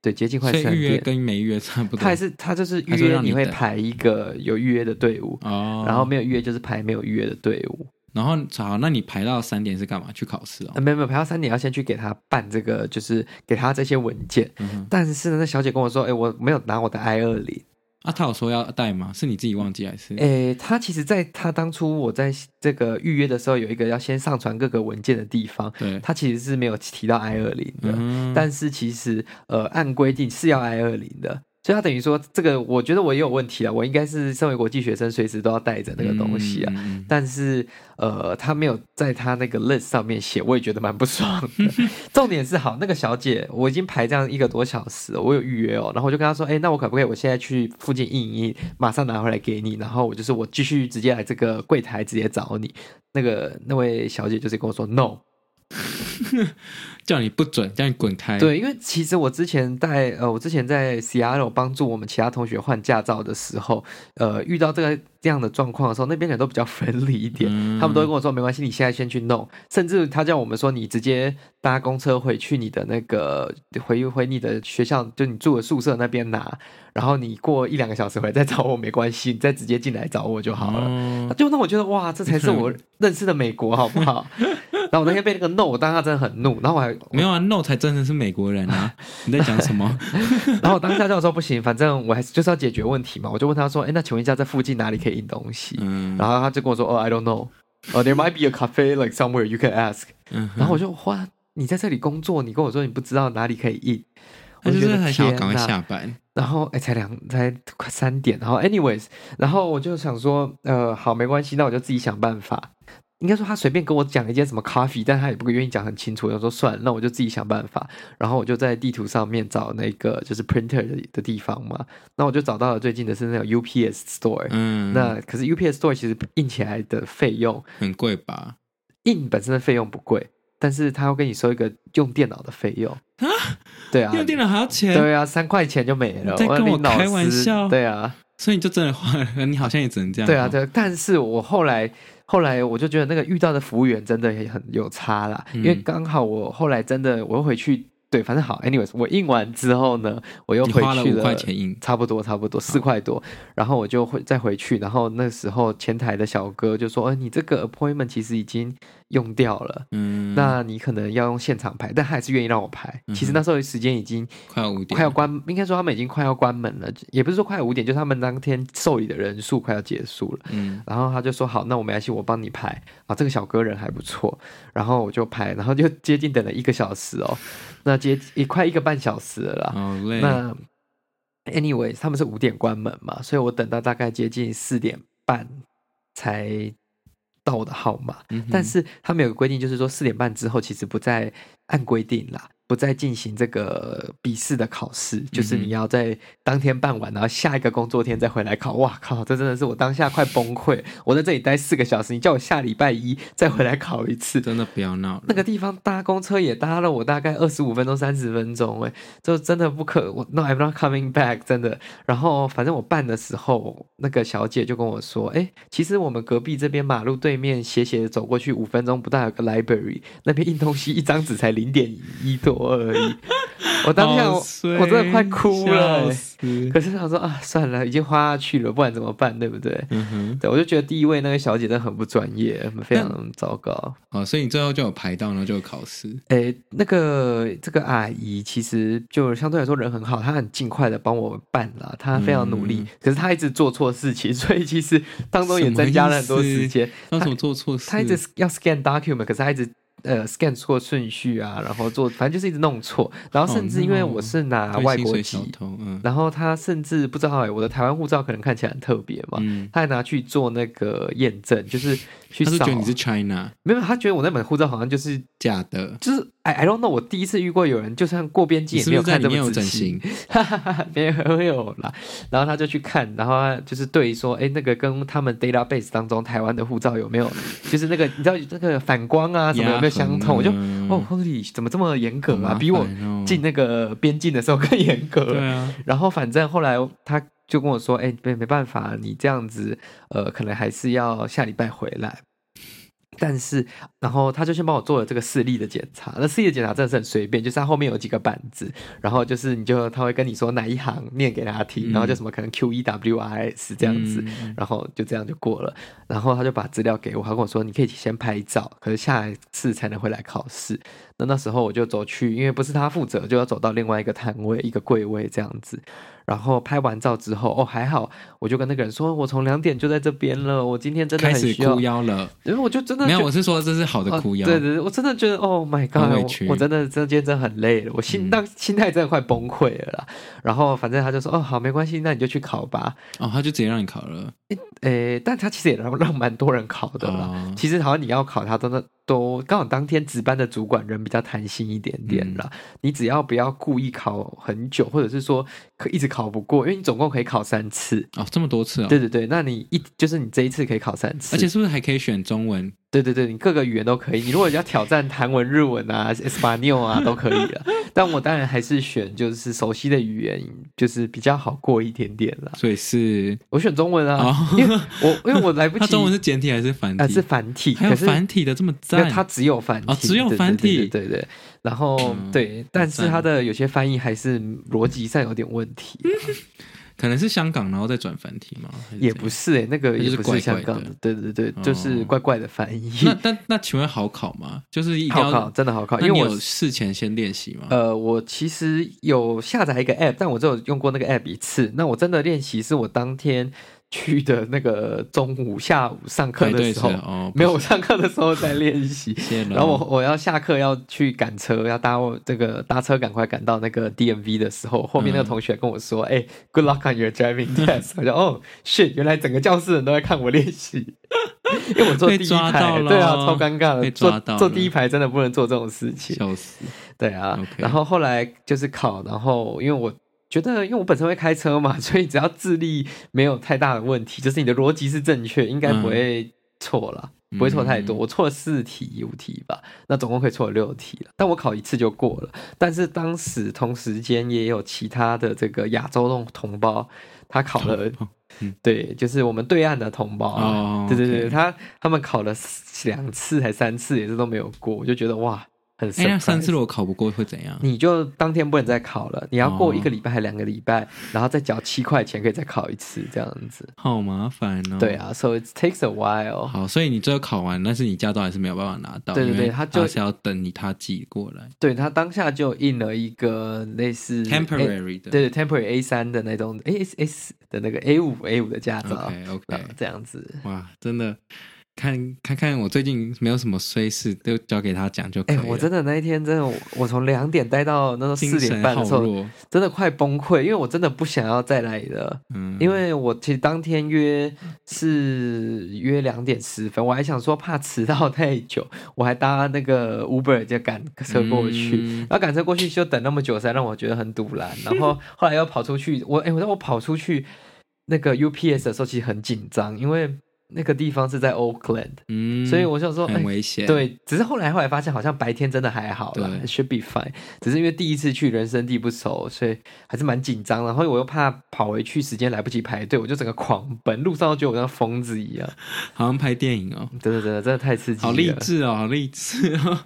Speaker 3: 对，接近快
Speaker 2: 所
Speaker 3: 三
Speaker 2: 以预约
Speaker 3: 点。
Speaker 2: 跟没预约差不多。
Speaker 3: 他还是他就是预
Speaker 2: 还是会
Speaker 3: 约，
Speaker 2: 让
Speaker 3: 你
Speaker 2: 你
Speaker 3: 会
Speaker 2: 等
Speaker 3: 排一个有预约的队伍，
Speaker 2: 哦，
Speaker 3: 然后没有预约就是排没有预约的队伍。
Speaker 2: 然后好，那你排到三点是干嘛？去考试
Speaker 3: 呃，
Speaker 2: 哦。
Speaker 3: 没有没有，排到三点要先去给他办这个，就是给他这些文件。
Speaker 2: 嗯哼，
Speaker 3: 但是呢，那小姐跟我说，哎、我没有拿我的 I 二零。
Speaker 2: 啊，他有说要带吗？是你自己忘记还是？
Speaker 3: 哎，他其实在他当初我在这个预约的时候，有一个要先上传各个文件的地方，
Speaker 2: 对，
Speaker 3: 他其实是没有提到 I 二零的。
Speaker 2: 嗯哼，
Speaker 3: 但是其实呃，按规定是要 I 二零的，所以他等于说这个，我觉得我也有问题了，啊我应该是身为国际学生，随时都要带着那个东西啊。
Speaker 2: 嗯，
Speaker 3: 但是呃，他没有在他那个 list 上面写，我也觉得蛮不爽的。 重点是好，那个小姐我已经排这样一个多小时了，我有预约哦，然后我就跟她说，哎、那我可不可以我现在去附近印一印，马上拿回来给你，然后我就是我继续直接来这个柜台直接找你。那个那位小姐就是跟我说 no，
Speaker 2: 叫你不准，叫你滚开。，
Speaker 3: 对，因为其实我之前在呃，我之前在 Seattle 帮助我们其他同学换驾照的时候，呃，遇到这个这样的状况的时候，那边人都比较 friendly 一点，
Speaker 2: 嗯
Speaker 3: 他们都会跟我说没关系，你现在先去弄，甚至他叫我们说你直接搭公车回去你的那个回回你的学校，就你住的宿舍那边拿，然后你过一两个小时回来再找我没关系，你再直接进来找我就好了。
Speaker 2: 哦，
Speaker 3: 就让我觉得哇，这才是我认识的美国，好不 好？然后我那天被那个 no，我当他真的很怒，然后我还
Speaker 2: 没有啊，No 才真的是美国人 啊！你在讲什么？
Speaker 3: 然后我当下就说不行，反正我还是就是要解决问题嘛。我就问他说：“哎，那请问一下，在附近哪里可以印东西？”
Speaker 2: 嗯，
Speaker 3: 然后他就跟我说：“哦，I don't know。哦 there might be a cafe like somewhere you can ask。”
Speaker 2: 嗯哼
Speaker 3: 然后我就哇，你在这里工作，你跟我说你不知道哪里可以印，我
Speaker 2: 他就
Speaker 3: 觉
Speaker 2: 是
Speaker 3: 得
Speaker 2: 很想要赶快
Speaker 3: 天哪
Speaker 2: 下班。
Speaker 3: 然后哎，才两才快三点，然后 anyways，然后我就想说，呃，好，没关系，那我就自己想办法。应该说他随便跟我讲一件什么 coffee，但他也不愿意讲很清楚。我说算了，那我就自己想办法。然后我就在地图上面找那个就是 printer 的的地方嘛，那我就找到了最近的是那种 UPS store、
Speaker 2: 嗯，
Speaker 3: 那可是 UPS store 其实印起来的费用，
Speaker 2: 很贵吧？
Speaker 3: 印本身的费用不贵，但是他要跟你收一个用电脑的费用啊，对啊，
Speaker 2: 用电脑还要钱，
Speaker 3: 对啊，三块钱就没了，
Speaker 2: 你在跟我
Speaker 3: 那你脑
Speaker 2: 开玩
Speaker 3: 丝
Speaker 2: 笑嗯
Speaker 3: 对啊，
Speaker 2: 所以你就真的花了，你好像也只能这样。
Speaker 3: 对啊，对啊。但是我后来后来我就觉得那个遇到的服务员真的也很有差啦，
Speaker 2: 嗯
Speaker 3: 因为刚好我后来真的我又回去，对，反正好，anyways，我印完之后呢，我又
Speaker 2: 你
Speaker 3: 回
Speaker 2: 花了
Speaker 3: 去
Speaker 2: 五块钱嗯印，
Speaker 3: 差不多，差不多四块多，然后我就会再回去，然后那时候前台的小哥就说：“呃，你这个 appointment 其实已经用掉了，
Speaker 2: 嗯，
Speaker 3: 那你可能要用现场排，但他还是愿意让我排。其实那时候时间已经
Speaker 2: 快要五点，
Speaker 3: 快要关，应该说他们已经快要关门了，也不是说快五点，就是他们当天受理的人数快要结束了。
Speaker 2: 嗯，
Speaker 3: 然后他就说好，那我没关系，我帮你排啊。这个小哥人还不错，然后我就排， 然后就接近等了一个小时哦，那接也快一个半小时了啦。
Speaker 2: 好累，
Speaker 3: 那 anyway，他们是五点关门嘛，所以我等到大概接近四点半才到我的号码。
Speaker 2: 嗯哼
Speaker 3: 但是他们有个规定，就是说四点半之后其实不再按规定啦，不再进行这个笔试的考试，就是
Speaker 2: 嗯哼
Speaker 3: 你要在当天办完，然后下一个工作天再回来考。哇靠，这真的是我当下快崩溃！我在这里待四个小时，你叫我下礼拜一再回来考一次。
Speaker 2: 真的不要闹了，
Speaker 3: 那个地方搭公车也搭了我大概二十五分钟、三十分钟，哎，就真的不可，我 no I'm not coming back，真的。然后反正我办的时候，那个小姐就跟我说，哎，其实我们隔壁这边马路对面斜斜的走过去五分钟不到有个 library，那边印东西一张纸才零点一多而已。我当下
Speaker 2: 好
Speaker 3: 我
Speaker 2: 衰
Speaker 3: 我真的快哭了欸
Speaker 2: 笑死
Speaker 3: 可是想说啊，算了，已经花下去了，不然怎么办，对不对？
Speaker 2: 嗯哼，
Speaker 3: 对，我就觉得第一位那个小姐真的很不专业，非常糟糕。
Speaker 2: 哦，所以你最后就有排到，然后就有考试，
Speaker 3: 诶，那个这个阿姨其实就相对来说人很好，她很尽快的帮我办了，她非常努力。
Speaker 2: 嗯
Speaker 3: 可是她一直做错事情， 所以其实当中也
Speaker 2: 什么
Speaker 3: 增加了
Speaker 2: 意
Speaker 3: 很多时
Speaker 2: 思
Speaker 3: 间。
Speaker 2: 那怎么做错事？
Speaker 3: 她一直要 scan document，可是她一直呃 scan 错顺序啊，然后做反正就是一直弄错。然后甚至因为
Speaker 2: 哦
Speaker 3: 我是拿
Speaker 2: 对
Speaker 3: 外
Speaker 2: 薪
Speaker 3: 国
Speaker 2: 水
Speaker 3: 籍，
Speaker 2: 小偷，嗯
Speaker 3: 然后她甚至不知道诶、我的台湾护照可能看起来很特别嘛，
Speaker 2: 嗯，
Speaker 3: 她还拿去做那个验证，就是去啊
Speaker 2: 他是
Speaker 3: 扫
Speaker 2: 觉。得你是 China
Speaker 3: 没有，她觉得我那本护照好像就是
Speaker 2: 假的，
Speaker 3: 就是哎 I I don't know，我第一次遇过有人就算过边境
Speaker 2: 你
Speaker 3: 也
Speaker 2: 是
Speaker 3: 没
Speaker 2: 不是在
Speaker 3: 看
Speaker 2: 里
Speaker 3: 这
Speaker 2: 面有
Speaker 3: 么仔
Speaker 2: 整
Speaker 3: 细
Speaker 2: 形，？
Speaker 3: 没有没有啦。然后他就去看，然后他就是对说，哎，那个跟他们 database 当中台湾的护照有没有，就是那个你知道那个反光啊什么有没有相同？我就哦
Speaker 2: 哦，
Speaker 3: ，Holy，怎么这么严格
Speaker 2: 好
Speaker 3: 啊？
Speaker 2: 麻
Speaker 3: 比我
Speaker 2: 烦哦
Speaker 3: 进那个边境的时候更严格。
Speaker 2: 对啊，
Speaker 3: 然后反正后来他就跟我说，哎、没没办法，你这样子，呃，可能还是要下礼拜回来。但是，然后他就先帮我做了这个视力的检查。那视力的检查真的是很随便，就是他后面有几个板子，然后就是你就他会跟你说哪一行念给他听，
Speaker 2: 嗯
Speaker 3: 然后就什么可能 Q E W I S 这样子，
Speaker 2: 嗯
Speaker 3: 然后就这样就过了。然后他就把资料给我，他跟我说你可以先拍照，可是下一次才能回来考试。那那时候我就走去，因为不是他负责，就要走到另外一个摊位、一个柜位这样子。然后拍完照之后，哦还好，我就跟那个人说，我从两点就在这边了，我今天真的
Speaker 2: 嗯开
Speaker 3: 很
Speaker 2: 始
Speaker 3: 需要
Speaker 2: 哭，腰了，
Speaker 3: 因为我就真的
Speaker 2: 没有，
Speaker 3: 觉
Speaker 2: 我是说这是好的哭
Speaker 3: 哦
Speaker 2: 腰，
Speaker 3: 对对对，我真的觉得，Oh my
Speaker 2: 很委
Speaker 3: god，
Speaker 2: 屈
Speaker 3: 我我真的真的今天真的很累了，我
Speaker 2: 嗯
Speaker 3: 心当、心态真的快崩溃了啦。然后反正他就说，哦好，没关系，那你就去考吧。
Speaker 2: 哦，他就直接让你考了，
Speaker 3: 诶，但他其实也让让蛮多人考的啦。
Speaker 2: 哦
Speaker 3: 其实好像你要考他都那都刚好当天值班的主管人比较贪心一点点啦，
Speaker 2: 嗯
Speaker 3: 你只要不要故意考很久，或者是说可一直考不过，因为你总共可以考三次。
Speaker 2: 哦，这么多次哦，
Speaker 3: 对对对，那你一就是你这一次可以考三次，
Speaker 2: 而且是不是还可以选中文？
Speaker 3: 对对对，你各个语言都可以。你如果要挑战韩文、日文啊、Espanol 啊，都可以了。但我当然还是选就是熟悉的语言，就是比较好过一点点啦。
Speaker 2: 所以是
Speaker 3: 我选中文啊，
Speaker 2: 哦
Speaker 3: 因为我因为我来 不及
Speaker 2: 它。中文是简体还是繁
Speaker 3: 啊、
Speaker 2: 体？
Speaker 3: 是繁体，
Speaker 2: 还有
Speaker 3: 可是
Speaker 2: 繁体的这么
Speaker 3: 因
Speaker 2: 赞
Speaker 3: 为，它只有繁体，
Speaker 2: 哦只有繁
Speaker 3: 对对对
Speaker 2: 体
Speaker 3: 对对对然后、
Speaker 2: 嗯
Speaker 3: 对，但是
Speaker 2: 赞嗯
Speaker 3: 它的有些翻译还是逻辑上有点问题啊、
Speaker 2: 可能是香港然后再转繁体吗？还是
Speaker 3: 也
Speaker 2: 怎样
Speaker 3: 不是诶、欸那个
Speaker 2: 那
Speaker 3: 也
Speaker 2: 就是
Speaker 3: 不
Speaker 2: 怪怪
Speaker 3: 是香港
Speaker 2: 的
Speaker 3: 对对对，就是
Speaker 2: 哦
Speaker 3: 怪怪的翻译。
Speaker 2: 那那那，请问好考吗？就是一定
Speaker 3: 好
Speaker 2: 要
Speaker 3: 考真的好考，
Speaker 2: 那
Speaker 3: 因为
Speaker 2: 你
Speaker 3: 我
Speaker 2: 有事前先练习吗？
Speaker 3: 呃，我其实有下载一个 app，但我只有用过那个 app 一次。那我真的练习是我当天 去的那个中午、下午上课
Speaker 2: 排队
Speaker 3: 的时候，
Speaker 2: 哦，
Speaker 3: 没有我上课的时候在练习。
Speaker 2: 谢了。
Speaker 3: 然后我我要下课要去赶车，要搭我这个搭车赶快赶到那个 DMV 的时候，后面那个
Speaker 2: 嗯
Speaker 3: 同学跟我说：“哎、g o o d luck on your driving test。”我就哦，shit，原来整个教室人都在看我练习， 因为我坐
Speaker 2: 被
Speaker 3: 第一
Speaker 2: 抓到
Speaker 3: 排，
Speaker 2: 了
Speaker 3: 对啊，超尴尬
Speaker 2: 被
Speaker 3: 的，
Speaker 2: 抓
Speaker 3: 坐
Speaker 2: 到
Speaker 3: 坐
Speaker 2: 了
Speaker 3: 第一排真的不能做这种事情。
Speaker 2: 笑死，
Speaker 3: 对啊
Speaker 2: OK
Speaker 3: 然后后来就是考，然后因为我觉得，因为我本身会开车嘛， 所以
Speaker 2: 嗯
Speaker 3: 只要智力没有太大的问题，就是你的逻辑是正确，应该不会错啦。不会错太多，我错了四题五题吧，那总共可以错了六题了。但我考一次就过了。但是当时同时间也有其他的这个亚洲同同胞，他考了，
Speaker 2: 嗯
Speaker 3: 对，就是我们对岸的同胞啊，
Speaker 2: 哦
Speaker 3: 对对对
Speaker 2: OK
Speaker 3: 他他们考了两次还三次，也是都没有过，我就觉得哇，很
Speaker 2: 哎，那上
Speaker 3: surprise
Speaker 2: 次如果考不过会怎样？
Speaker 3: 你就当天不能再考了，你要过
Speaker 2: 哦
Speaker 3: 一个礼拜还两个礼拜，然后再缴七块钱可以再考一次这样子。
Speaker 2: 好麻烦哦。
Speaker 3: 对，啊，so it takes a while。
Speaker 2: 好，所以你最后考完，但是你驾照还是没有办法拿到，
Speaker 3: 对对对
Speaker 2: 因为
Speaker 3: 他就
Speaker 2: 就是要等你他寄过来
Speaker 3: 对他当下就印了一个类似 A-
Speaker 2: temporary 的。
Speaker 3: 对对 temporary A 三的那种 A S S 的那个 A 五 A 五的驾照，
Speaker 2: ，OK
Speaker 3: 然
Speaker 2: OK，
Speaker 3: 后这样子。
Speaker 2: 哇，真的，看看看，我最近没有什么衰事，都交给他讲就可以啊
Speaker 3: 哎，
Speaker 2: 了。
Speaker 3: 我真的那一天真的，我我从两点待到那时候四
Speaker 2: 精
Speaker 3: 点
Speaker 2: 神
Speaker 3: 半
Speaker 2: 好
Speaker 3: 的时候，
Speaker 2: 弱，
Speaker 3: 真的快崩溃，因为我真的不想要再来了。
Speaker 2: 嗯，
Speaker 3: 因为我其实当天约是约两点十分，我还想说怕迟到太久，我还搭那个 Uber 就赶车过去。
Speaker 2: 嗯
Speaker 3: 然后赶车过去就等那么久，实在让我觉得很堵然。然 后后来又跑出去，我哎、我当我跑出去那个 UPS 的时候，其实很紧张，因为那个地方是在 Oakland，、
Speaker 2: 嗯
Speaker 3: 所以我想说，哎、
Speaker 2: 很危险。，
Speaker 3: 对，只是后来后来发现，好像白天真的还好啦
Speaker 2: 对
Speaker 3: ，should be fine。只是因为第一次去，人生地不熟，所以还是蛮紧张。然后我又怕跑回去时间来不及排队，我就整个狂奔，路上都觉得我像疯子一样。
Speaker 2: 好像拍电影哦，
Speaker 3: 真的真的真的太刺激了！
Speaker 2: 好励！志哦，好励志 哦，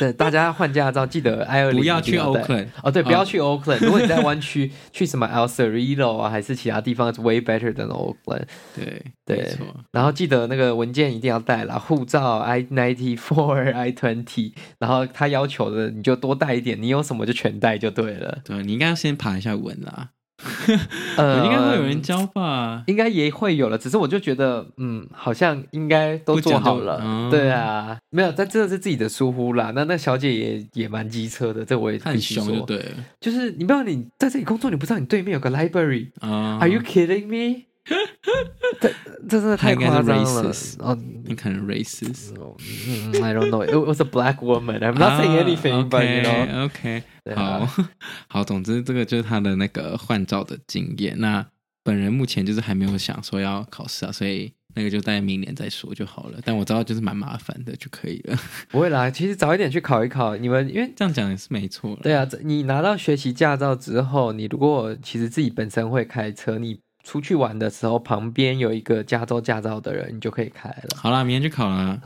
Speaker 3: 真的，大家换驾照记得 I 二零
Speaker 2: 不要去 Oakland
Speaker 3: 哦，对，不要
Speaker 2: 哦
Speaker 3: 去 Oakland。如果你在湾区， 去什么 El Cerrito 啊，还是其他地方，it's way better than Oakland。
Speaker 2: 对
Speaker 3: 对
Speaker 2: 没错，
Speaker 3: 然后记得那个文件一定要带啦，护照 I ninety four I twenty，然后他要求的你就多带一点，你有什么就全带就对了。
Speaker 2: 对你应该要先爬一下文啦，
Speaker 3: 呃，嗯
Speaker 2: 应该会有人，教吧？
Speaker 3: 应该也会有了，只是我就觉得，嗯，好像应该都
Speaker 2: 不
Speaker 3: 做
Speaker 2: 讲究
Speaker 3: 好了。
Speaker 2: 嗯
Speaker 3: 对啊，没有，但真的是自己的疏忽啦。那那小姐也也蛮机车的，这我也
Speaker 2: 他
Speaker 3: 必
Speaker 2: 很
Speaker 3: 须
Speaker 2: 凶就
Speaker 3: 说。
Speaker 2: 对了
Speaker 3: 就是你不知道你在这里工作，你不知道你对面有个 library。
Speaker 2: 啊。
Speaker 3: Are you kidding me？这这真的太
Speaker 2: 她应该
Speaker 3: 夸
Speaker 2: 是
Speaker 3: 张了
Speaker 2: racist。
Speaker 3: 哦，
Speaker 2: 你可能 racist？
Speaker 3: Mm, I don't know. It was a black woman. I'm not saying
Speaker 2: 啊
Speaker 3: anything, but you know.
Speaker 2: OK，
Speaker 3: 对啊
Speaker 2: 好 好，总之这个就是他的那个换照的经验。那本人目前就是还没有想说要考试啊，所以那个就待明年再说就好了。但我知道就是蛮麻烦的就可以了。
Speaker 3: 不会啦，其实早一点去考一考，你们因为。
Speaker 2: 这样讲也是没错了。
Speaker 3: 对啊，这你拿到学习驾照之后，你如果其实自己本身会开车，你出去玩的时候，旁边有一个加州驾照的人，你就可以开了。
Speaker 2: 好啦，明天去考啦，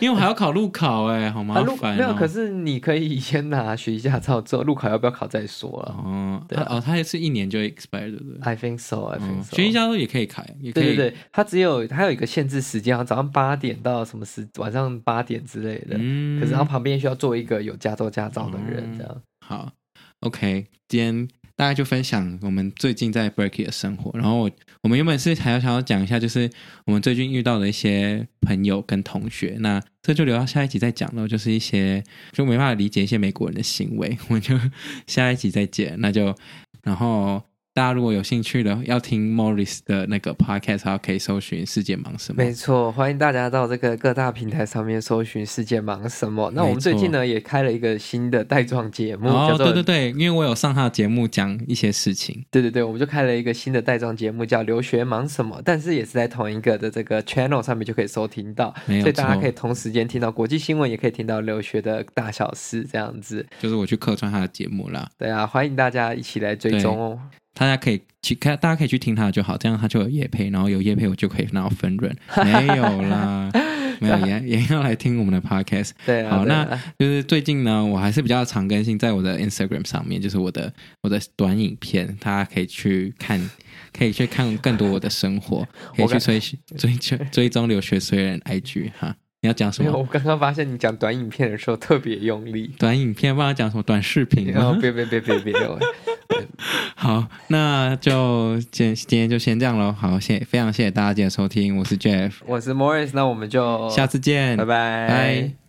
Speaker 2: 因为我还要考路考哎、好麻
Speaker 3: 啊，
Speaker 2: 烦、
Speaker 3: 路没
Speaker 2: 哦
Speaker 3: 有，可是你可以先拿学习驾照之后，路考要不要考再说 啊。
Speaker 2: 哦，
Speaker 3: 对啊
Speaker 2: 他哦，他也是一年就会 expire 对不对？
Speaker 3: I think so, I
Speaker 2: 嗯
Speaker 3: think so、
Speaker 2: 学习驾照也可以开，也可
Speaker 3: 对对
Speaker 2: 以。
Speaker 3: 对，它只有它有一个限制时间，好像早上八点到什么时，晚上八点之类的。
Speaker 2: 嗯
Speaker 3: 可是他旁边需要做一个有加州驾照的人，
Speaker 2: 哦
Speaker 3: 这样。
Speaker 2: 好，OK，今天大概就分享我们最近在 Berkeley 的生活。然后我我们原本是还要想要讲一下，就是我们最近遇到的一些朋友跟同学，那这就留到下一集再讲了。就是一些就没办法理解一些美国人的行为， 我们就下一集再见。那就然后。大家如果有兴趣的，要听 Morris 的那个 podcast，还可以搜寻“世界忙什么
Speaker 3: 没”。错，欢迎大家到这个各大平台上面搜寻“世界忙什么”。那我们最近呢也开了一个新的带状节目，
Speaker 2: 哦
Speaker 3: 叫，做
Speaker 2: 对对对，因为我有上他的节目讲一些事情。
Speaker 3: 对对对，我们就开了一个新的带状节目，叫“留学忙什么”，但是也是在同一个的这个 channel 上面就可以收听到，
Speaker 2: 没有
Speaker 3: 所以大家
Speaker 2: 错
Speaker 3: 可以同时间听到国际新闻，也可以听到留学的大小事这样子。
Speaker 2: 就是我去客串他的节目啦。
Speaker 3: 对啊，欢迎大家一起来追踪哦。
Speaker 2: 大家可以去看，大家可以去听他的就好，这样他就有业配，然后有业配我就可以拿到分 润。没有啦，没有也也要来听我们的 podcast。
Speaker 3: 对啊，
Speaker 2: 好
Speaker 3: 对啊
Speaker 2: 就是最近呢，我还是比较常更新在我的 Instagram 上面，就是我的我的短影片，大家可以去看，可以去看更多我的生活，可以
Speaker 3: 我
Speaker 2: 去
Speaker 3: 感
Speaker 2: 追追追追踪留学虽然 IG 哈。你要讲什
Speaker 3: 没有，
Speaker 2: 么
Speaker 3: 我刚刚发现你讲短影片的时候特别用力。
Speaker 2: 短影片？不然要讲什么短视频
Speaker 3: 然后
Speaker 2: 吗？
Speaker 3: 别别别别别，我
Speaker 2: 好，那就今今天就先这样喽。好，谢非常谢谢大家今天的收听，我是 Jeff。
Speaker 3: 我是 Morris，那我们就
Speaker 2: 下次见，
Speaker 3: 拜拜
Speaker 2: 拜